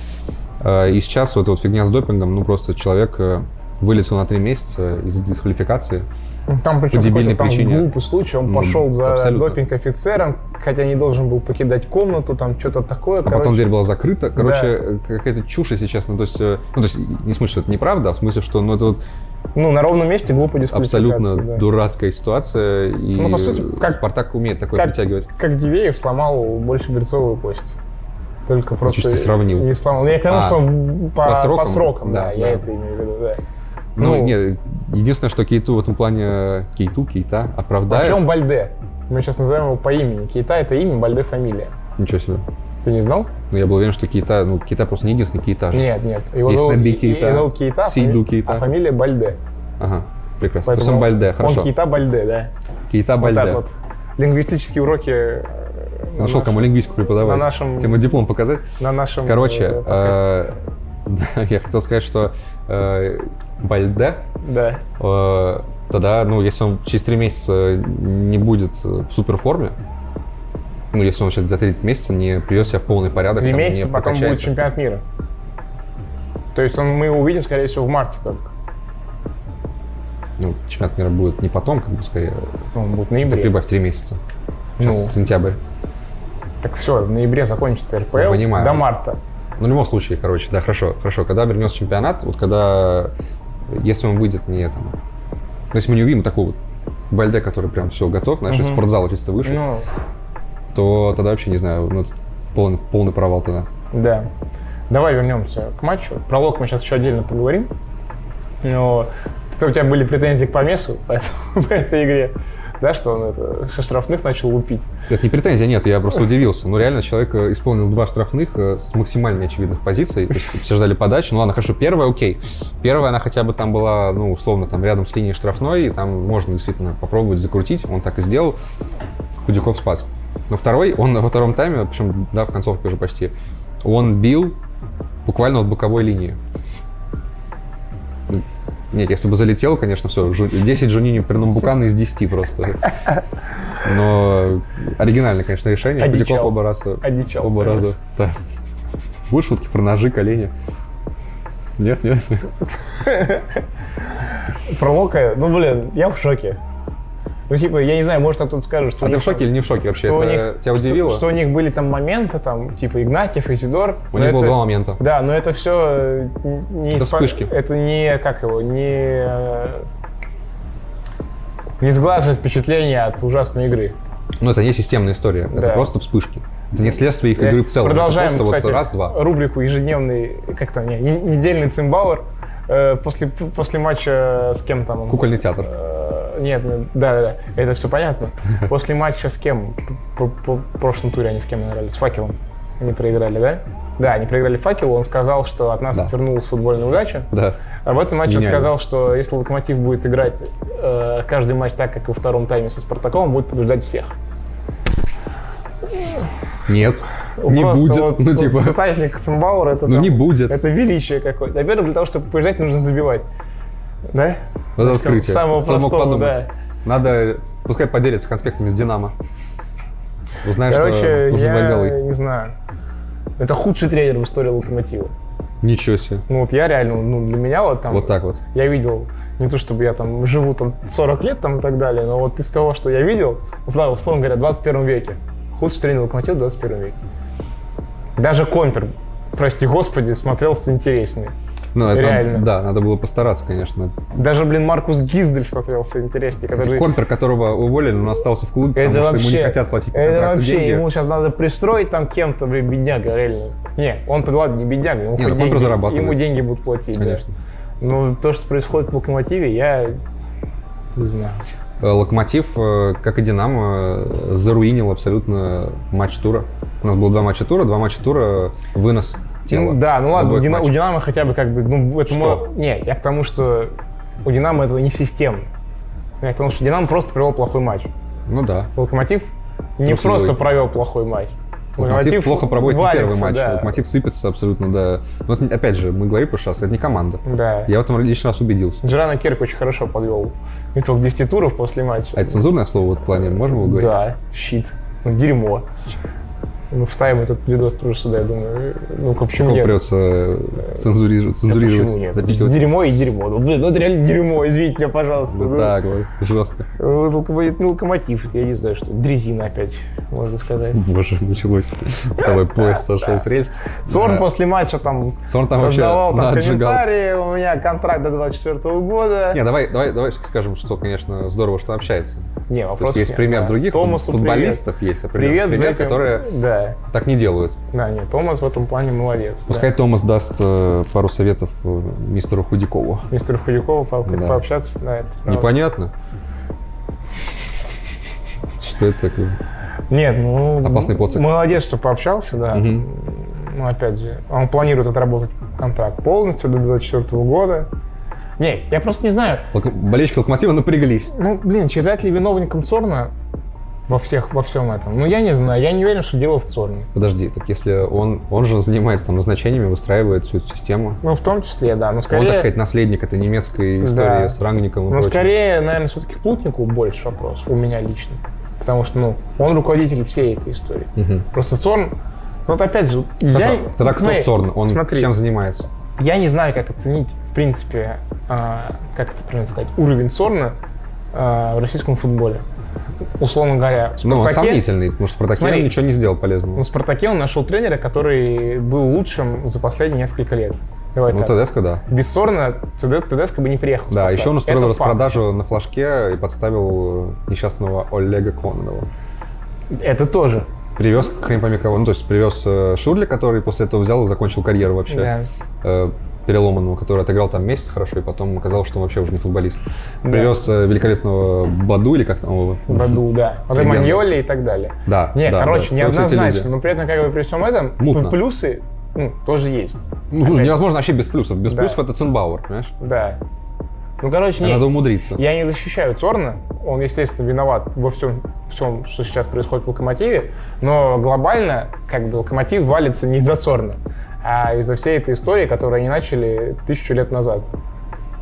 B: Э, и сейчас вот эта вот фигня с допингом, ну просто человек э, вылетел на три месяца из-за дисквалификации.
A: Ну, Там причем
B: По дебильной
A: какой-то там
B: причине.
A: глупый случай. Он
B: Ну,
A: пошел за
B: абсолютно.
A: допинг-офицером, хотя не должен был покидать комнату, там что-то такое.
B: А
A: короче.
B: потом дверь была закрыта. Короче, э, какая-то чушь, если честно. То есть, э, ну, то есть, не в смысле, что это неправда, а в смысле, что ну, это вот
A: Ну, на ровном месте глупая дисквалификация.
B: абсолютно
A: да.
B: дурацкая ситуация. И
A: Ну, по сути, как-
B: Спартак умеет такое
A: как-
B: притягивать.
A: Как Дивеев сломал больше берцовую кость. Только просто
B: что ты сравнил.
A: не сломал. Я к тому,
B: А,
A: что он по,
B: по
A: по срокам,
B: срокам?
A: да,
B: Да,
A: я
B: да.
A: это имею в виду, да.
B: Ну,
A: Ну.
B: нет, единственное, что Кейту в этом плане, Кейту, Кейта оправдает.
A: Вообще он А Бальде. Мы сейчас называем его по имени. Кейта — это имя, Бальде — фамилия.
B: Ничего себе.
A: Ты не знал?
B: Но я был уверен, что Кейта, ну, Кейта просто не единственный Кейта же.
A: Нет, нет. Его
B: Есть
A: зовут,
B: Наби
A: и-
B: Кейта,
A: и зовут Кейта, а
B: Сейду
A: фами-
B: Кейта.
A: а фамилия Бальде.
B: Ага, прекрасно. То
A: Поэтому
B: есть он Бальде,
A: Он
B: хорошо.
A: Кейта Бальде, да.
B: Кейта
A: Вот
B: Бальде.
A: так вот. Лингвистические уроки э, на
B: Нашел,
A: наш-
B: кому лингвистику преподавать.
A: на нашем-
B: Тему диплом показать.
A: на нашем
B: Короче,
A: э, подкасте.
B: э, [laughs] да, я хотел сказать, что э, Бальде,
A: Да.
B: э, тогда, ну, если он через три месяца не будет э, в супер форме, ну, если он сейчас за три месяца не приведет себя в полный порядок,
A: Три
B: там, не
A: месяца, потом будет
B: прокачается.
A: чемпионат мира. То есть он, мы его увидим, скорее всего, в марте только.
B: Ну, чемпионат мира будет не потом, как бы скорее,
A: Ну, он будет в ноябре.
B: прибавь три месяца. Сейчас
A: Ну.
B: сентябрь.
A: Так все, в ноябре закончится РПЛ
B: Я понимаю.
A: до марта.
B: Ну, в любом случае, короче, да, хорошо, хорошо. Когда вернется чемпионат, вот когда, если он выйдет не там, ну, если мы не увидим такого вот Бальде, который прям все готов, знаешь, из спортзала чисто вышел,
A: Ну,
B: то тогда вообще, не знаю, ну, это полный, полный провал тогда.
A: да. Давай вернемся к матчу. Про лок мы сейчас еще отдельно поговорим. Но это у тебя были претензии к помесу [laughs] по, этому- по этой игре. Да, что он это, со штрафных начал лупить.
B: Это не претензия, нет, я просто удивился. Ну, реально, человек э, исполнил два штрафных э, с максимально очевидных позиций. То есть Все ждали подачи. Ну, ладно, хорошо, первая, окей. Первая, она хотя бы там была, ну, условно, там рядом с линией штрафной, и там можно действительно попробовать закрутить. Он так и сделал. Худяков спас. Но второй, он во втором тайме, причем, да, в концовке уже почти, он бил буквально от боковой линии. Нет, если бы залетел, конечно, все, 10 Жунини Пернамбукана из 10 просто. Но оригинальное, конечно, решение.
A: Одичал.
B: Худяков оба раза.
A: Одичал,
B: Оба
A: конечно.
B: раза. Да. Будут шутки про ножи, колени? Нет, нет.
A: Про Лока, ну, блин, я в шоке. Ну, типа, я не знаю, может, там кто-то скажет, что...
B: А
A: у
B: ты в
A: них
B: шоке
A: там-
B: или не в шоке вообще?
A: что у
B: Это
A: них-
B: тебя
A: что-
B: удивило?
A: Что, у них были там моменты, там, типа, Игнатьев, Изидор.
B: У
A: но
B: них было
A: это-
B: два момента.
A: Да, но это все не
B: Это
A: испо-
B: вспышки.
A: Это не, как его, не... э, Не сглаживает впечатление от ужасной игры.
B: Но Ну, это не системная история. Это
A: Да. Э,
B: просто вспышки. Это не следствие их игры в целом. Это
A: Продолжаем,
B: просто
A: кстати,
B: вот раз-два.
A: рубрику ежедневный, как там, не, не- недельный цимбауэр. Э, После, после матча с кем там он?
B: Кукольный театр.
A: Э, Нет, ну, да, да, да, это все
B: [laughs]
A: понятно. После матча с кем? П- п- В прошлом туре они с кем играли? С факелом. Они проиграли, да? Да, они проиграли факелу. Он сказал, что от нас
B: Да.
A: отвернулась футбольная удача.
B: Да.
A: Об этом матче он
B: Гениально.
A: сказал, что если Локомотив будет играть э, каждый матч так, как и во втором тайме со Спартаком, он будет побеждать всех.
B: Нет. Не
A: Просто
B: будет.
A: вот-
B: Ну,
A: вот [laughs]
B: типа.
A: Цитатник Цимбауэр это
B: Ну,
A: там-
B: не будет.
A: Это величие какое-то. Во-первых, для того, чтобы побеждать, нужно забивать. Да?
B: Вот это открытие.
A: Самого
B: Кто мог
A: простого,
B: подумать?
A: да.
B: Надо, пускай поделится конспектами с Динамо. Узнаешь,
A: Короче,
B: А что нужно забивать
A: я
B: голы.
A: не знаю. Это худший тренер в истории Локомотива.
B: Ничего себе.
A: Ну вот я реально, ну для меня вот там...
B: Вот так вот.
A: Я видел, не то чтобы я там живу там 40 лет там и так далее, но вот из того, что я видел, условно условно говоря, в 21 веке. Худший тренер Локомотива в 21 веке. Даже Компер, прости господи, смотрелся интереснее.
B: Ну, это,
A: Реально.
B: Да, надо было постараться, конечно.
A: Даже, блин, Маркус Гиздель смотрелся интереснее, который...
B: Компер, которого уволили, но остался в клубе,
A: Это
B: потому что
A: вообще,
B: ему не хотят платить по
A: это
B: контракту
A: вообще,
B: деньги.
A: ему сейчас надо пристроить там кем-то, блин, бедняга, реально. Не, он-то, ладно, не бедняга, ему,
B: Не,
A: хоть
B: ну, он
A: деньги,
B: разрабатывает.
A: ему деньги будут платить. да.
B: Конечно.
A: Но то, что происходит в «Локомотиве», я не знаю.
B: Э, Локомотив, э, как и Динамо, э, заруинил абсолютно матч тура. У нас было два матча тура, два матча тура э, вынос тела.
A: Ну, да, ну
B: в
A: ладно, у,
B: обоих
A: Дина- у
B: матчах.
A: Динамо хотя бы как бы, ну, это
B: Что?
A: мо- Не, я к тому, что у Динамо этого не системно. Я к тому, что Динамо просто провел плохой матч.
B: Ну да.
A: Локомотив не
B: Трусливый.
A: просто провел плохой матч.
B: Локомотив плохо проводит не первый
A: валится,
B: матч.
A: да.
B: Локомотив сыпется абсолютно, да. Но это, опять же, мы говорим прошлый раз, это не команда.
A: Да.
B: Я в этом лишний раз убедился.
A: Джерана Кирк очень хорошо подвел итог 10 туров после матча.
B: А это цензурное слово в этом плане, можем его говорить?
A: Да, щит. Ну, дерьмо. Мы вставим этот видос тоже сюда, я думаю. Ну, ка, почему
B: Его
A: нет?
B: придется э, цензурировать,
A: Да
B: цензурировать
A: почему нет?
B: запикивать.
A: Дерьмо и дерьмо. Ну, блин, ну это реально дерьмо, извините меня, пожалуйста.
B: Вот
A: Ну,
B: так вот, жестко.
A: э, локомотив, ну, локомотив, это я не знаю, что. Дрезина опять, можно сказать.
B: Боже, началось. Второй поезд сошел с рельс.
A: Сорн
B: Да.
A: после матча там,
B: Сорн там вообще
A: раздавал там
B: наджигал.
A: комментарии, у меня контракт до 24 года.
B: Не, давай, давай, давай скажем, что, конечно, здорово, что общается.
A: Не,
B: То
A: вопрос
B: есть есть
A: нет,
B: пример
A: да.
B: других
A: Томасу
B: футболистов, есть определенный
A: привет, за
B: пример,
A: этим-
B: которые
A: да. Да.
B: Так не делают.
A: Да, нет, Томас в этом плане молодец. да.
B: Пускай Томас даст э, пару советов э, мистеру Худякову.
A: Мистеру Худякову по-
B: Да.
A: пообщаться на это. Ну,
B: Непонятно? Что это такое?
A: Нет, ну...
B: Опасный поцик.
A: Молодец, что пообщался, да.
B: Мгм.
A: Ну, опять же, он планирует отработать контракт полностью до 2024 года. Не, я просто не знаю.
B: Лок- Болельщики локомотива напряглись.
A: Ну, блин, считать ли виновником Цорна во, всех, во всем этом? Ну, я не знаю. Я не уверен, что дело в Цорне.
B: Подожди, так если он, он же занимается там назначениями, выстраивает всю эту систему.
A: Ну, в том числе, да. Но скорее,
B: Он, так сказать, наследник этой немецкой истории
A: Да.
B: с рангником и
A: но
B: прочим.
A: скорее наверное, все-таки к Плутнику больше вопрос у меня лично. Потому что, ну, он руководитель всей этой истории.
B: Мгм.
A: Просто Цорн... Ну, вот опять же, я...
B: Хорошо, Тогда кто
A: смотри,
B: Цорн? Он
A: смотри.
B: чем занимается?
A: Я не знаю, как оценить, в принципе, а, как это правильно сказать, уровень Сорна а, в российском футболе. Условно говоря, в
B: Ну, он
A: «Спартаке»,
B: сомнительный, потому что в «Спартаке»
A: Смотри.
B: он ничего не сделал полезного.
A: ну, в «Спартаке» он нашел тренера, который был лучшим за последние несколько лет. Давай
B: ну,
A: так.
B: Тедеско, да.
A: Без Сорна Цед- Тедеско бы не приехал. в
B: Да,
A: «Спартак».
B: еще он устроил
A: Это
B: распродажу на флажке и подставил э, несчастного Олега Кононова.
A: факт. Это тоже.
B: Привез хрен пойми кого. Ну, то есть привез э, Шурли, который после этого взял и закончил карьеру вообще.
A: Да.
B: э, переломанного, который отыграл там месяц хорошо, и потом оказалось, что он вообще уже не футболист. Привез э, великолепного Баду или как там его?
A: В аду,
B: [laughs]
A: да.
B: Легенда.
A: Романьоли и так далее.
B: Да.
A: Не,
B: да,
A: короче,
B: да. Все эти люди.
A: неоднозначно. ну, Но при этом, как бы при всем этом,
B: Мутно.
A: плюсы ну, тоже есть.
B: Ну,
A: Опять-
B: невозможно вообще без плюсов. Без
A: Да.
B: плюсов это Цинбауэр, понимаешь?
A: Да. Ну, короче, нет.
B: Надо умудриться.
A: Я не защищаю Цорна, он, естественно, виноват во всем, всем, что сейчас происходит в «Локомотиве», но глобально, как бы, «Локомотив» валится не из-за Цорна, а из-за всей этой истории, которую они начали тысячу лет назад.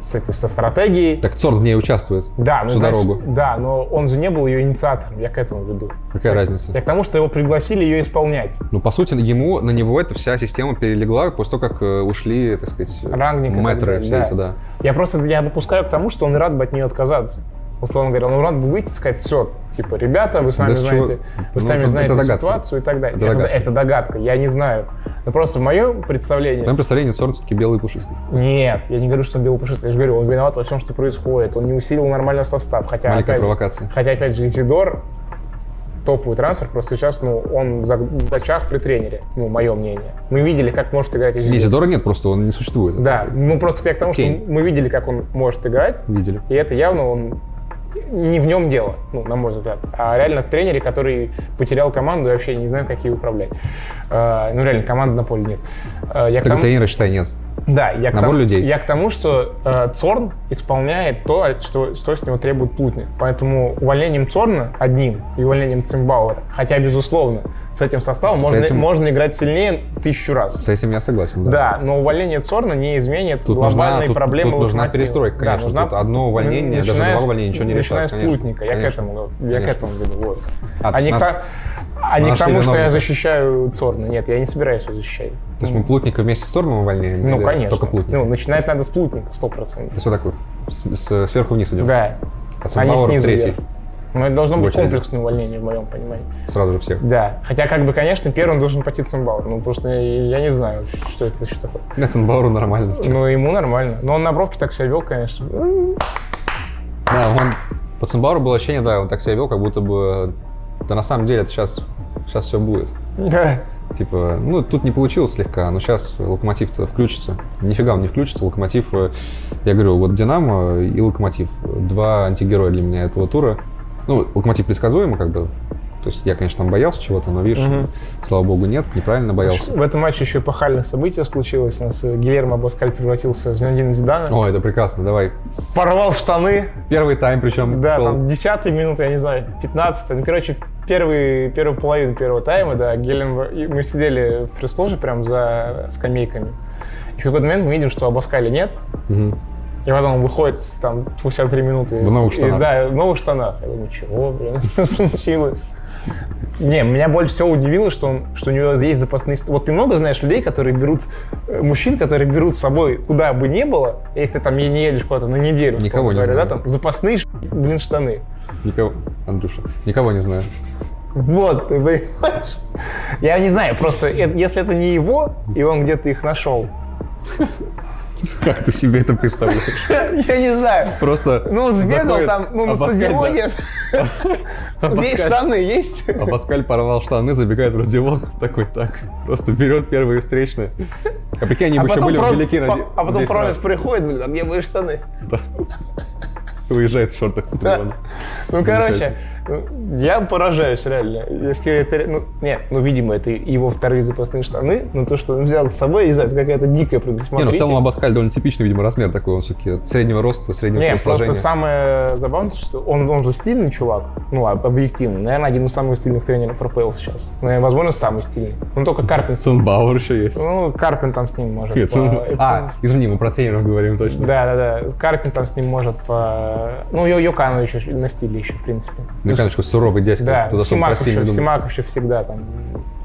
A: С этой, со стратегией.
B: Так Цорн в ней участвует.
A: да, ну,
B: Всю
A: знаешь,
B: дорогу.
A: Да, но он же не был ее инициатором, я к этому веду.
B: Какая разница?
A: Я к тому, что его пригласили ее исполнять.
B: Ну, по сути, ему, на него эта вся система перелегла после того, как э, ушли, так сказать,
A: Рангник и так
B: мэтры
A: далее,
B: все
A: да.
B: эти, да.
A: Я просто я допускаю к тому, что он рад бы от нее отказаться. Условно говоря, он рад бы выйти и сказать, все, типа, ребята, вы сами
B: Да с чего-
A: знаете,
B: Ну,
A: вы сами
B: это-
A: знаете
B: это догадка.
A: ситуацию и так далее.
B: Это
A: Это, это
B: догадка.
A: догадка. я не знаю. Но просто в моем представлении...
B: В моем представлении Цорн все-таки белый и пушистый.
A: Нет, я не говорю, что он белопушистый. Я же говорю, он виноват во всем, что происходит. Он не усилил нормально состав. Хотя,
B: Маленькая
A: опять, же-
B: провокация.
A: хотя опять же, Изидор топовый трансфер, просто сейчас, ну, он за- в очах при тренере, ну, мое мнение. Мы видели, как может играть Изидор.
B: Изидора нет, просто он не существует.
A: Да, ну просто я к тому, что
B: Тень.
A: мы видели, как он может играть,
B: Видели.
A: и это явно он не в нем дело, ну, на мой взгляд, а реально в тренере, который потерял команду и вообще не знает, как ее управлять. Э, ну, реально, команды на поле нет. Э, я к
B: Так
A: тому-
B: тренера, считай, нет.
A: да, я к,
B: Набор
A: тому,
B: людей.
A: я к тому, что э, Цорн исполняет то, а, что, что с него требует Плутни. Поэтому увольнением Цорна одним и увольнением Цимбауэра, хотя, безусловно, с этим составом можно,
B: этим-
A: можно играть сильнее в тысячу раз.
B: С этим я согласен, да.
A: Да, но увольнение Цорна не изменит
B: Тут нужна,
A: глобальные
B: тут,
A: проблемы
B: тут нужна
A: «Локомотива».
B: перестройка,
A: Да,
B: конечно.
A: нужна-
B: Тут одно увольнение, даже
A: начиная
B: два
A: с-
B: увольнения ничего не решает.
A: Начиная с
B: конечно.
A: Плутника, я к
B: Конечно.
A: этому, я к
B: Конечно.
A: этому веду. Вот.
B: А,
A: а не,
B: нас-
A: к, а не
B: мы
A: к тому,
B: нашли
A: что я
B: виновника.
A: защищаю Цорна. Нет, я не собираюсь его защищать.
B: То есть мы Плутника вместе с Торном увольняем?
A: Ну,
B: или
A: конечно.
B: Только Плутника?
A: Ну, начинать надо с Плутника, 100%.
B: То есть вот так вот, с- с- сверху вниз идем?
A: Да. А
B: От
A: не
B: Самбаура
A: снизу
B: третий.
A: вверх. Но это должно
B: В
A: быть
B: очереди.
A: комплексное увольнение, в моем понимании.
B: Сразу же всех.
A: Да. Хотя, как бы, конечно, первым должен пойти Цимбауэр. Ну, потому что я, я не знаю, что это еще такое.
B: На Ценбауру нормально.
A: Ну, ему нормально. Но он на бровке так себя вел, конечно.
B: Да, он... По Ценбауру было ощущение, да, он так себя вел, как будто бы... Да на самом деле это сейчас, сейчас все будет.
A: Да.
B: Типа, ну, тут не получилось слегка, но сейчас локомотив-то включится. Нифига он не включится. Локомотив, э, я говорю, вот Динамо и Локомотив. Два антигероя для меня этого тура. Ну, Локомотив предсказуемо, как бы. То есть я, конечно, там боялся чего-то, но, видишь, слава богу, нет, неправильно боялся.
A: В этом матче еще эпохальное событие случилось. У нас э, Гильермо Баскаль превратился в Зинедина Зидана.
B: О, это прекрасно, давай.
A: Порвал штаны.
B: Первый тайм, причем
A: Да,
B: шел.
A: там 10 минут, я не знаю, 15 Ну, короче, в первый, первую половину первого тайма, да, Гелем... и Мы сидели в пресс-ложе прям за скамейками. И в какой-то момент мы видим, что Абаскаля нет.
B: Мгм.
A: И потом он выходит с- там спустя три минуты.
B: В
A: из-
B: новых
A: из-
B: штанах.
A: да, в новых штанах. Я думаю, чего, блин, [laughs] случилось? Не, меня больше всего удивило, что, он, что у него есть запасные... ст- Вот ты много знаешь людей, которые берут... э, Мужчин, которые берут с собой куда бы ни было, если ты там не не едешь куда-то на неделю, условно
B: Никого не
A: говоря,
B: знаю.
A: да, там, запасные, ш- блин, штаны.
B: Никого... Андрюша, никого не знаю.
A: Вот, ты понимаешь? Я не знаю, просто э- если это не его, и он где-то их нашел,
B: Как ты себе это представляешь?
A: Я не знаю.
B: Просто
A: Ну, он сбегал
B: заходит,
A: там, ну,
B: а
A: на
B: Паскаль за- [laughs]
A: стадионе.
B: а
A: У меня
B: Паскаль-
A: штаны есть?
B: А Паскаль порвал штаны, забегает в раздевон, [laughs] такой так. Просто берет первые встречные. А прикинь, они бы еще были
A: Про-
B: в велики на
A: по-
B: де-
A: а потом
B: 10
A: Промис
B: раз.
A: приходит, блин, а где мои штаны?
B: Да. Выезжает в шортах с стадиона.
A: Ну, короче, ну, я поражаюсь реально. Если это... ре- Ну, нет, ну, видимо, это его вторые запасные штаны, но то, что он взял с собой, не знаю, это какая-то дикая
B: Не, ну в целом
A: предусмотрительность.
B: Абаскаль довольно типичный, видимо, размер такой, он все-таки от среднего роста, среднего
A: Не, просто
B: телосложения. [laughs]
A: самое забавное, что он, он же стильный чувак, ну, а- объективно. Наверное, один из самых стильных тренеров РПЛ сейчас. Наверное, возможно, самый стильный. Ну, только Карпин. с-
B: Цунбауэр еще есть.
A: Ну, Карпин там с ним может.
B: [laughs] Нет,
A: по-
B: Цун-
A: это-
B: А, извини, мы про тренеров говорим точно.
A: Да, да, да. Карпин там с ним может по... Ну, Йо- Йокану еще на стиле еще, в принципе.
B: Ну, конечно, суровый дядька.
A: Да,
B: туда сам
A: Симаков
B: прости, не
A: еще,
B: думал.
A: Симаков еще всегда там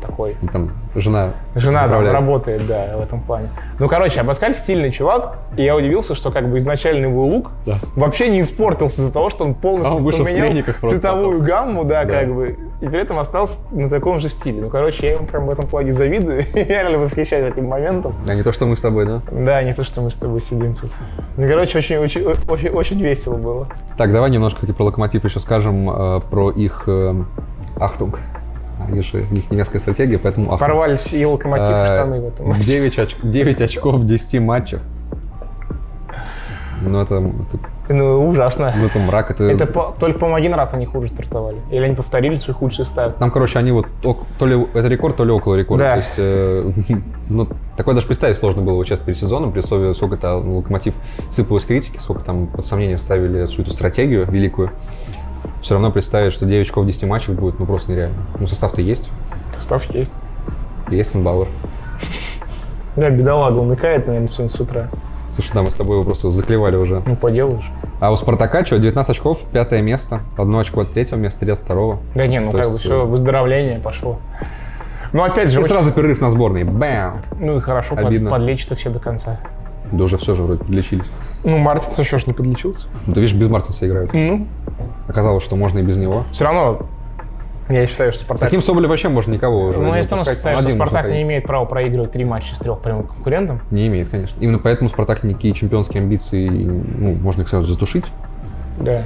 A: такой.
B: Там жена
A: Жена там
B: справляется.
A: работает, да, в этом плане. Ну, короче, Абаскаль стильный чувак, и я удивился, что как бы изначальный его лук
B: Да.
A: вообще не испортился из-за того, что он полностью
B: А он вышел в
A: поменял
B: трениках просто
A: цветовую
B: потом.
A: гамму, да,
B: Да.
A: как бы, и при этом остался на таком же стиле. Ну, короче, я ему прям в этом плане завидую, [laughs] я реально восхищаюсь этим моментом.
B: А не то, что мы с тобой, да?
A: Да, не то, что мы с тобой сидим тут. Ну, короче, очень, очень, очень, очень весело было.
B: Так, давай немножко и про локомотив еще скажем, э, про их эм, Ахтунг. Они же, у них немецкая стратегия, поэтому Ахтунг. Э,
A: Порвались и локомотив,
B: А,
A: и штаны в этом.
B: 9, очков в 10 матчах. Ну, это, это,
A: [laughs] Ну, ужасно.
B: ну, это мрак. Это,
A: Это по- только, по-моему, один раз они хуже стартовали. Или они повторили свой худший старт.
B: Там, короче, они вот ок- то ли это рекорд, то ли около рекорда.
A: Да.
B: То есть, э, [laughs] ну, такое даже представить сложно было вот сейчас перед сезоном, при условии, сколько там локомотив сыпалось критики, сколько там под сомнение ставили всю эту стратегию великую. Все равно представить, что 9 очков в 10 матчах будет, ну, просто нереально. Ну, состав-то есть.
A: Состав есть.
B: Есть Сенбауэр.
A: Да, бедолага умыкает, наверное, сегодня с утра.
B: Слушай, да, мы с тобой его просто заклевали уже.
A: Ну, поделаешь.
B: А у Спартака что, 19 очков, пятое место. Одно очко от третьего места, три от второго.
A: Да не, ну
B: То
A: как
B: есть,
A: бы все,
B: э,
A: выздоровление пошло. Ну, опять же,
B: И
A: очень-
B: сразу перерыв на сборной. Бэм!
A: ну и хорошо, под-
B: обидно.
A: подлечатся все до конца.
B: Да уже все же вроде подлечились.
A: Ну, Мартинс еще ж не подлечился.
B: Ну, Ты видишь, без Мартинса играют.
A: Ну,
B: Оказалось, что можно и без него.
A: все равно, я считаю, что
B: С
A: Спартак...
B: таким Соболем вообще можно никого уже
A: Ну,
B: не
A: я все равно
B: пускать.
A: считаю,
B: Ну,
A: что
B: один можно
A: Спартак не
B: ходить.
A: имеет права проигрывать три матча из трех прямым конкурентам.
B: Не имеет, конечно. Именно поэтому Спартак никакие чемпионские амбиции, ну, можно их сразу затушить.
A: Да.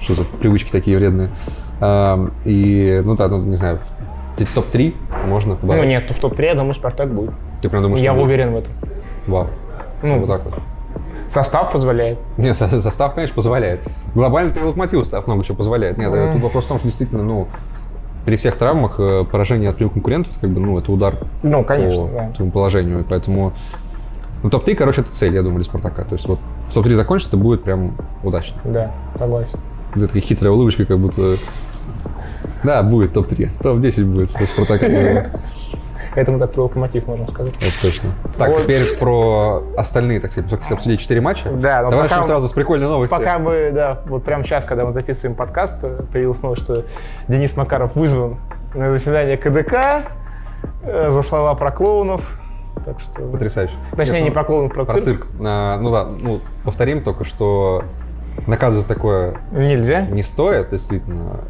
B: Что за привычки такие вредные. А, и, ну да, ну, не знаю, в топ-3 можно
A: Ну,
B: бороться.
A: нет, ну, в топ-3, я думаю, Спартак будет.
B: Ты прям думаешь,
A: я
B: что будет?
A: уверен в этом.
B: Вау.
A: Ну,
B: Вот так вот.
A: состав позволяет.
B: Нет, со- состав, конечно, позволяет. Глобально ты локомотив состав много чего позволяет. Нет, э, тут вопрос в том, что действительно, ну, при всех травмах э, поражение от прямых конкурентов, как бы, ну, это удар
A: Ну, конечно,
B: по
A: да.
B: твоему положению. И Поэтому, ну, топ-3, короче, это цель, я думаю, для Спартака. То есть вот в топ-3 закончится, будет прям удачно.
A: Да, согласен.
B: Это такая хитрая улыбочка, как будто... Да, будет топ-3. Топ-10 будет у Спартака. Это
A: Это мы так про локомотив можем сказать.
B: точно. Так,
A: Вот.
B: теперь про остальные, так сказать, если обсудить 4 матча.
A: Да, но
B: Давай
A: пока-
B: начнем сразу с прикольной новости.
A: Пока мы, да, вот прямо сейчас, когда мы записываем подкаст, э, появилась новость, что Денис Макаров вызван на заседание КДК э, за слова про клоунов. Так что...
B: Потрясающе.
A: Точнее,
B: Нет,
A: не
B: ну,
A: про клоунов, про,
B: Про цирк. А, ну да, ну, повторим только, что наказывать такое
A: Нельзя.
B: не стоит, действительно.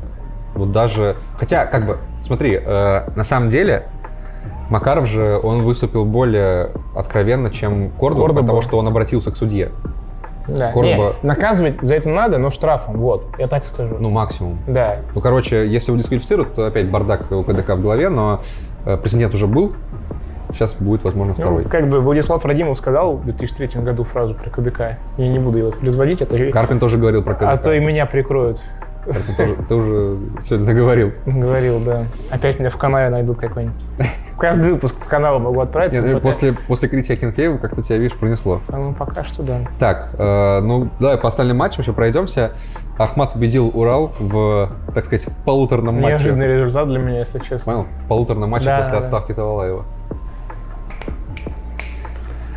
B: Вот даже... Хотя, как бы, смотри, э, на самом деле Макаров же, он выступил более откровенно, чем Кордова,
A: Кордоба.
B: потому что он обратился к судье.
A: Да.
B: Корба-
A: Не, наказывать за это надо, но штрафом, вот, я так скажу.
B: Ну, максимум.
A: Да.
B: Ну, короче, если его дисквалифицируют, то опять бардак у КДК в голове, но э, прецедент уже был. Сейчас будет, возможно,
A: Ну,
B: второй.
A: как бы Владислав Радимов сказал в 2003 году фразу про КДК. Я не буду его воспроизводить, а то,
B: Карпин тоже говорил про КДК.
A: а то и меня прикроют.
B: Карпин тоже- ты уже
A: [laughs]
B: сегодня наговорил.
A: Говорил, да. Опять меня в канале найдут
B: [laughs]
A: какой-нибудь. В каждый выпуск в канал могу отправиться.
B: Нет,
A: но
B: э,
A: пока-
B: после, после критики Акинфеева как-то тебя, видишь, пронесло.
A: А, Ну, пока что да.
B: Так, э, ну давай по остальным матчам еще пройдемся. Ахмат победил Урал в, так сказать, полуторном матче.
A: Неожиданный результат для меня, если честно.
B: Понял? В полуторном матче
A: Да,
B: после
A: да.
B: отставки Тавалаева.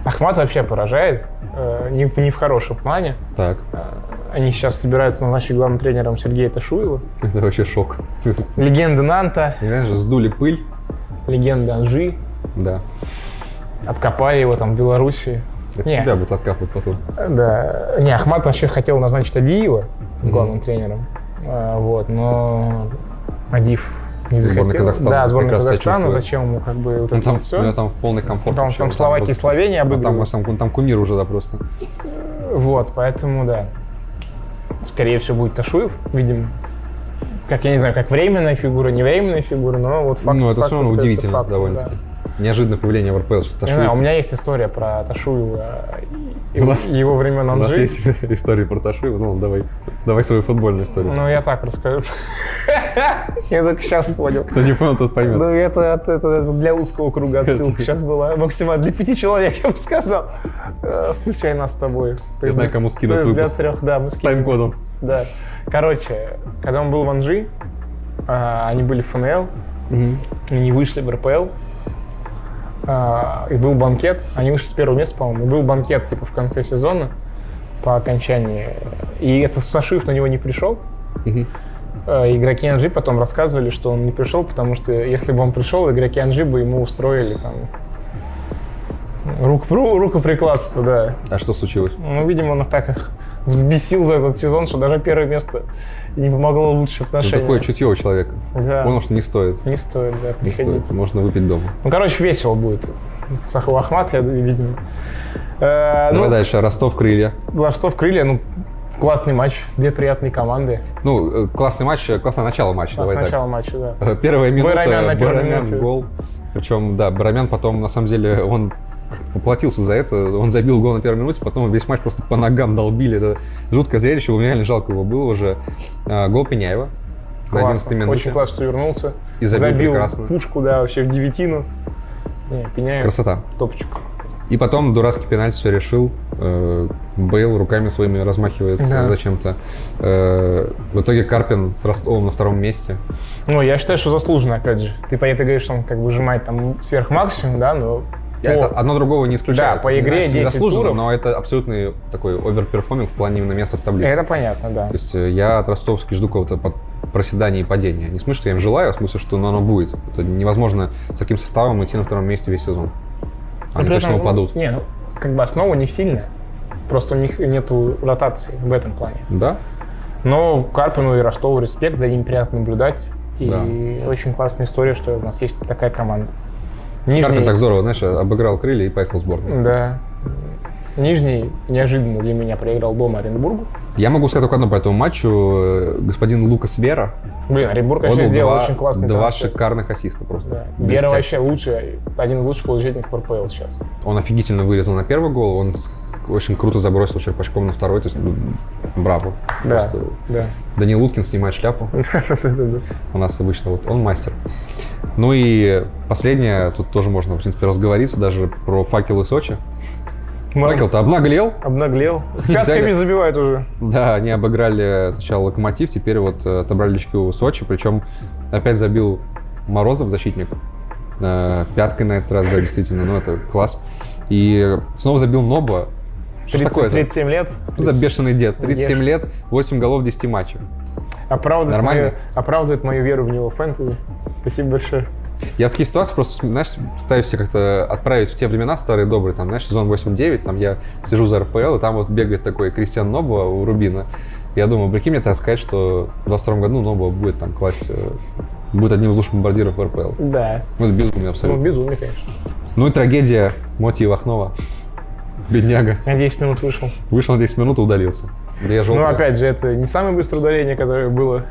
A: Ахмат вообще поражает. э, Не в, не в хорошем плане.
B: Так,
A: Они сейчас собираются назначить главным тренером Сергея Ташуева.
B: это вообще шок.
A: Легенда Нанта,
B: И, знаешь, сдули пыль.
A: легенда Анжи.
B: Да.
A: Откопали его там в Белоруссии.
B: Это
A: Не.
B: тебя будут откапывать потом.
A: Да. Не, Ахмат вообще хотел назначить Адиева главным тренером. А, Вот, но э, Адиев не
B: Сборная
A: захотел.
B: Казахстана
A: Да, сборная
B: прекрасно себя
A: Казахстана,
B: чувствует.
A: зачем ему как бы вот это
B: Он Ну, там,
A: все?
B: у него там в полный комфорт.
A: Там-
B: вообще,
A: Ну, там Словакия и
B: просто-
A: Словения
B: а Там,
A: обыгрывают.
B: там, там кумир уже, да, просто.
A: Вот, поэтому да. Скорее всего, будет Ташуев, видимо. Как я не знаю, как временная фигура, не временная фигура, но вот факт.
B: ну, это
A: факт
B: все равно
A: остается
B: удивительно
A: фактом, да.
B: довольно-таки. Неожиданное появление в РПЛ. Сейчас
A: Не а
B: Ташуев-
A: знаю, у меня есть история про Ташуева и, и
B: У нас-
A: его времен
B: у нас
A: Анжи.
B: есть [laughs] история про Ташуева. Ну, давай, давай свою футбольную историю.
A: Ну, я так расскажу. [laughs] Я только сейчас понял.
B: Кто не понял, тот поймет.
A: Ну, это, это- это для узкого круга
B: [laughs]
A: отсылка сейчас была. Максимально для пяти человек, я бы сказал. Э, Включай нас с тобой.
B: Я знаю, кому скинут
A: Для
B: выпуск.
A: трех, да, мы
B: С
A: скинем.
B: тайм-кодом.
A: Да. Короче, когда он был в Анжи, а, они были в ФНЛ, и не вышли в РПЛ. А, И был банкет. Они вышли с первого места, по-моему. И был банкет типа в конце сезона по окончании. И это Сашуев на него не пришел.
B: Мгм.
A: Э, Игроки Анжи потом рассказывали, что он не пришел, потому что если бы он пришел, игроки Анжи бы ему устроили там рук, ру- рукоприкладство, да.
B: А что случилось?
A: Ну, видимо, он их так их взбесил за этот сезон, что даже первое место не помогло улучшить
B: Это
A: отношения.
B: Ну, такое чутье у человека.
A: Да.
B: Понял, что не стоит.
A: Не стоит, да,
B: Не
A: приходить.
B: стоит. Можно выпить дома.
A: Ну, короче, весело будет. Сахова Ахмат, я видимо. Э,
B: Давай
A: ну,
B: дальше. Ростов, Крылья.
A: Ростов, Крылья, ну, классный матч, две приятные команды.
B: Ну, э, классный матч, э, классное начало
A: А
B: матча.
A: С
B: давай так.
A: начала матча, да.
B: Э, Первая минута,
A: Барамян на первой
B: Барамян
A: минуте.
B: гол. Причем, да, Барамян потом, на самом деле, он поплатился за это. Он забил гол на первой минуте, потом весь матч просто по ногам долбили. Это жуткое зрелище, было реально жалко его было уже. А, Гол Пеняева на 11
A: Классно.
B: минуте.
A: Очень классно, что вернулся.
B: И забил прекрасно.
A: пушку, да, вообще в девятину. Не, Пеняев,
B: Красота.
A: топчик.
B: И потом дурацкий пенальти все решил. Э, Бейл руками своими размахивает э,
A: Да.
B: зачем-то. Э, В итоге Карпин с Ростовом на втором месте.
A: Ну, я считаю, что заслуженно, опять же. Ты, по- ты говоришь, что он как бы сжимает там сверх максимум, да, но... по-
B: Это одно другого не исключает.
A: Да, по
B: Не
A: игре
B: значит, не
A: 10
B: заслуженно,
A: туров.
B: но это абсолютный такой оверперформинг в плане именно места в таблице.
A: Это понятно, да.
B: То есть э, я от ростовски жду какого-то под- проседания и падения. Не в смысле, что я им желаю, а в смысле, что ну, оно будет. Это невозможно с таким составом идти на втором месте весь сезон.
A: Но
B: Они
A: при
B: точно
A: этом,
B: упадут.
A: Не, ну, как бы основа у них сильная. Просто у них нету ротации в этом плане.
B: Да?
A: Но Карпину и Ростову респект, за ним приятно наблюдать. И
B: Да.
A: очень классная история, что у нас есть такая команда. Нижний,
B: Карпин так здорово, знаешь, обыграл крылья и поехал в сборную.
A: да. Нижний неожиданно для меня проиграл дома Оренбургу.
B: Я могу сказать только одно по этому матчу. Э, Господин Лукас Вера
A: Блин, Оренбург вообще
B: отдал
A: сделал
B: два,
A: очень классный
B: два
A: трансфер.
B: шикарных ассиста просто.
A: Да. Вера
B: Блестяще.
A: вообще лучший, один из лучших полузащитников РПЛ сейчас.
B: Он офигительно вырезал на первый гол, он с- очень круто забросил черпачком на второй, то есть ну, браво.
A: Да,
B: Просто
A: да.
B: Данил Луткин снимает шляпу. у нас обычно вот он мастер. Ну и последнее, тут тоже можно, в принципе, разговориться даже про факелы Сочи.
A: Марк
B: Факел-то обнаглел.
A: Обнаглел. Сейчас
B: Взяли.
A: Кеби забивает уже.
B: Да, они обыграли сначала Локомотив, теперь вот э, отобрали очки у Сочи. Причем опять забил Морозов, защитник. Э, Пяткой на этот раз, да, действительно, ну это класс. И снова забил Ноба. Что ж
A: 30,
B: такое-то?
A: 37 лет.
B: Что за бешеный дед? 37
A: Ешь.
B: лет, 8 голов в 10 матчах.
A: Оправдывает,
B: Нормально.
A: мою, оправдывает мою веру в него фэнтези. Спасибо большое.
B: Я в такие ситуации просто, знаешь, пытаюсь себя как-то отправить в те времена старые добрые, там, знаешь, сезон 8-9, там я сижу за РПЛ, и там вот бегает такой Кристиан Нобо у Рубина. Я думаю, прикинь мне тогда сказать, что в 22 году Нобо будет там класть, э, будет одним из лучших бомбардиров РПЛ.
A: Да.
B: Ну, это безумие
A: Ну,
B: абсолютно.
A: безумие, конечно.
B: Ну и трагедия Моти Ивахнова. Бедняга.
A: На 10 минут вышел.
B: Вышел на 10 минут и удалился. Да я желтый.
A: Ну, опять же, это не самое быстрое удаление, которое было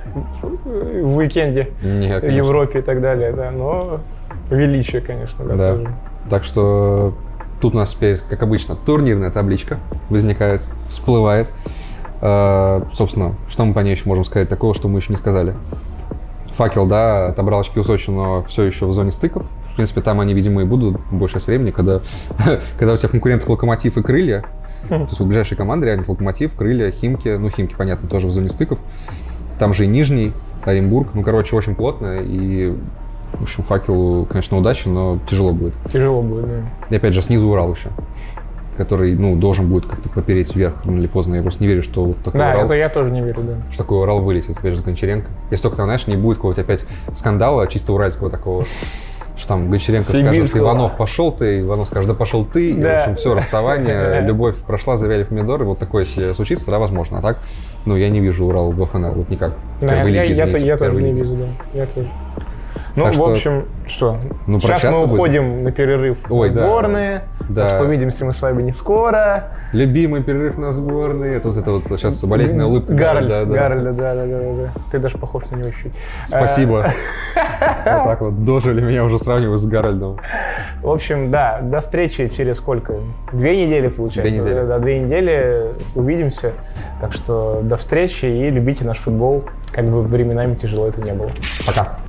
A: в уикенде
B: Нет,
A: в
B: конечно.
A: Европе и так далее, да, но величие, конечно, да,
B: Да.
A: тоже.
B: Так что тут у нас теперь, как обычно, турнирная табличка возникает, всплывает. Э, собственно, что мы по ней еще можем сказать такого, что мы еще не сказали? Факел, да, отобрал очки у Сочи, но все еще в зоне стыков. В принципе, там они, видимо, и будут больше часть времени, когда, [laughs] когда у тебя в конкурентах Локомотив и Крылья. То есть у ближайшей команды реально Локомотив, Крылья, Химки. Ну, Химки, понятно, тоже в зоне стыков. Там же и Нижний, Оренбург. Ну, короче, очень плотно. И, в общем, Факелу, конечно, удачи, но тяжело будет.
A: Тяжело будет, да.
B: И опять же, снизу Урал еще, который, ну, должен будет как-то попереть вверх рано или поздно. Я просто не верю, что вот такой
A: Да,
B: Урал,
A: это я тоже не верю, да.
B: что такой Урал вылетит, опять же, с Гончаренко. Если только там, знаешь, не будет какого-то опять скандала, чисто уральского такого, [laughs] что там Гончаренко скажет,
A: Сибирского.
B: Иванов пошел ты, Иванов скажет, да пошел ты, и, в
A: Да.
B: общем,
A: [laughs]
B: все, расставание, любовь прошла, завяли помидоры, вот такое, если случится, да, возможно, а так, ну, я не вижу Урал в ФНЛ, вот никак.
A: Да,
B: Первой
A: я,
B: лиги,
A: я, то-
B: извините,
A: я тоже
B: первой
A: не
B: лиги.
A: вижу, да. Я тоже. Ну,
B: Так
A: в
B: что-
A: общем, что?
B: Ну, про
A: Сейчас
B: час
A: мы
B: будем.
A: уходим на перерыв
B: Ой,
A: на
B: да.
A: сборные,
B: Да.
A: так что увидимся мы с вами не скоро.
B: Любимый перерыв на сборные. Это вот это вот сейчас болезненная улыбка.
A: Гарольд,
B: Да, да.
A: Гарольда, да, да, да, да, да. Ты даже похож на него чуть-чуть.
B: Спасибо. Вот так вот дожили меня уже сравнивают с Гарольдом.
A: В общем, да, до встречи через сколько? Две недели, получается.
B: Две недели.
A: Да, две недели увидимся. Так что до встречи и любите наш футбол, как бы временами тяжело это не было.
B: Пока.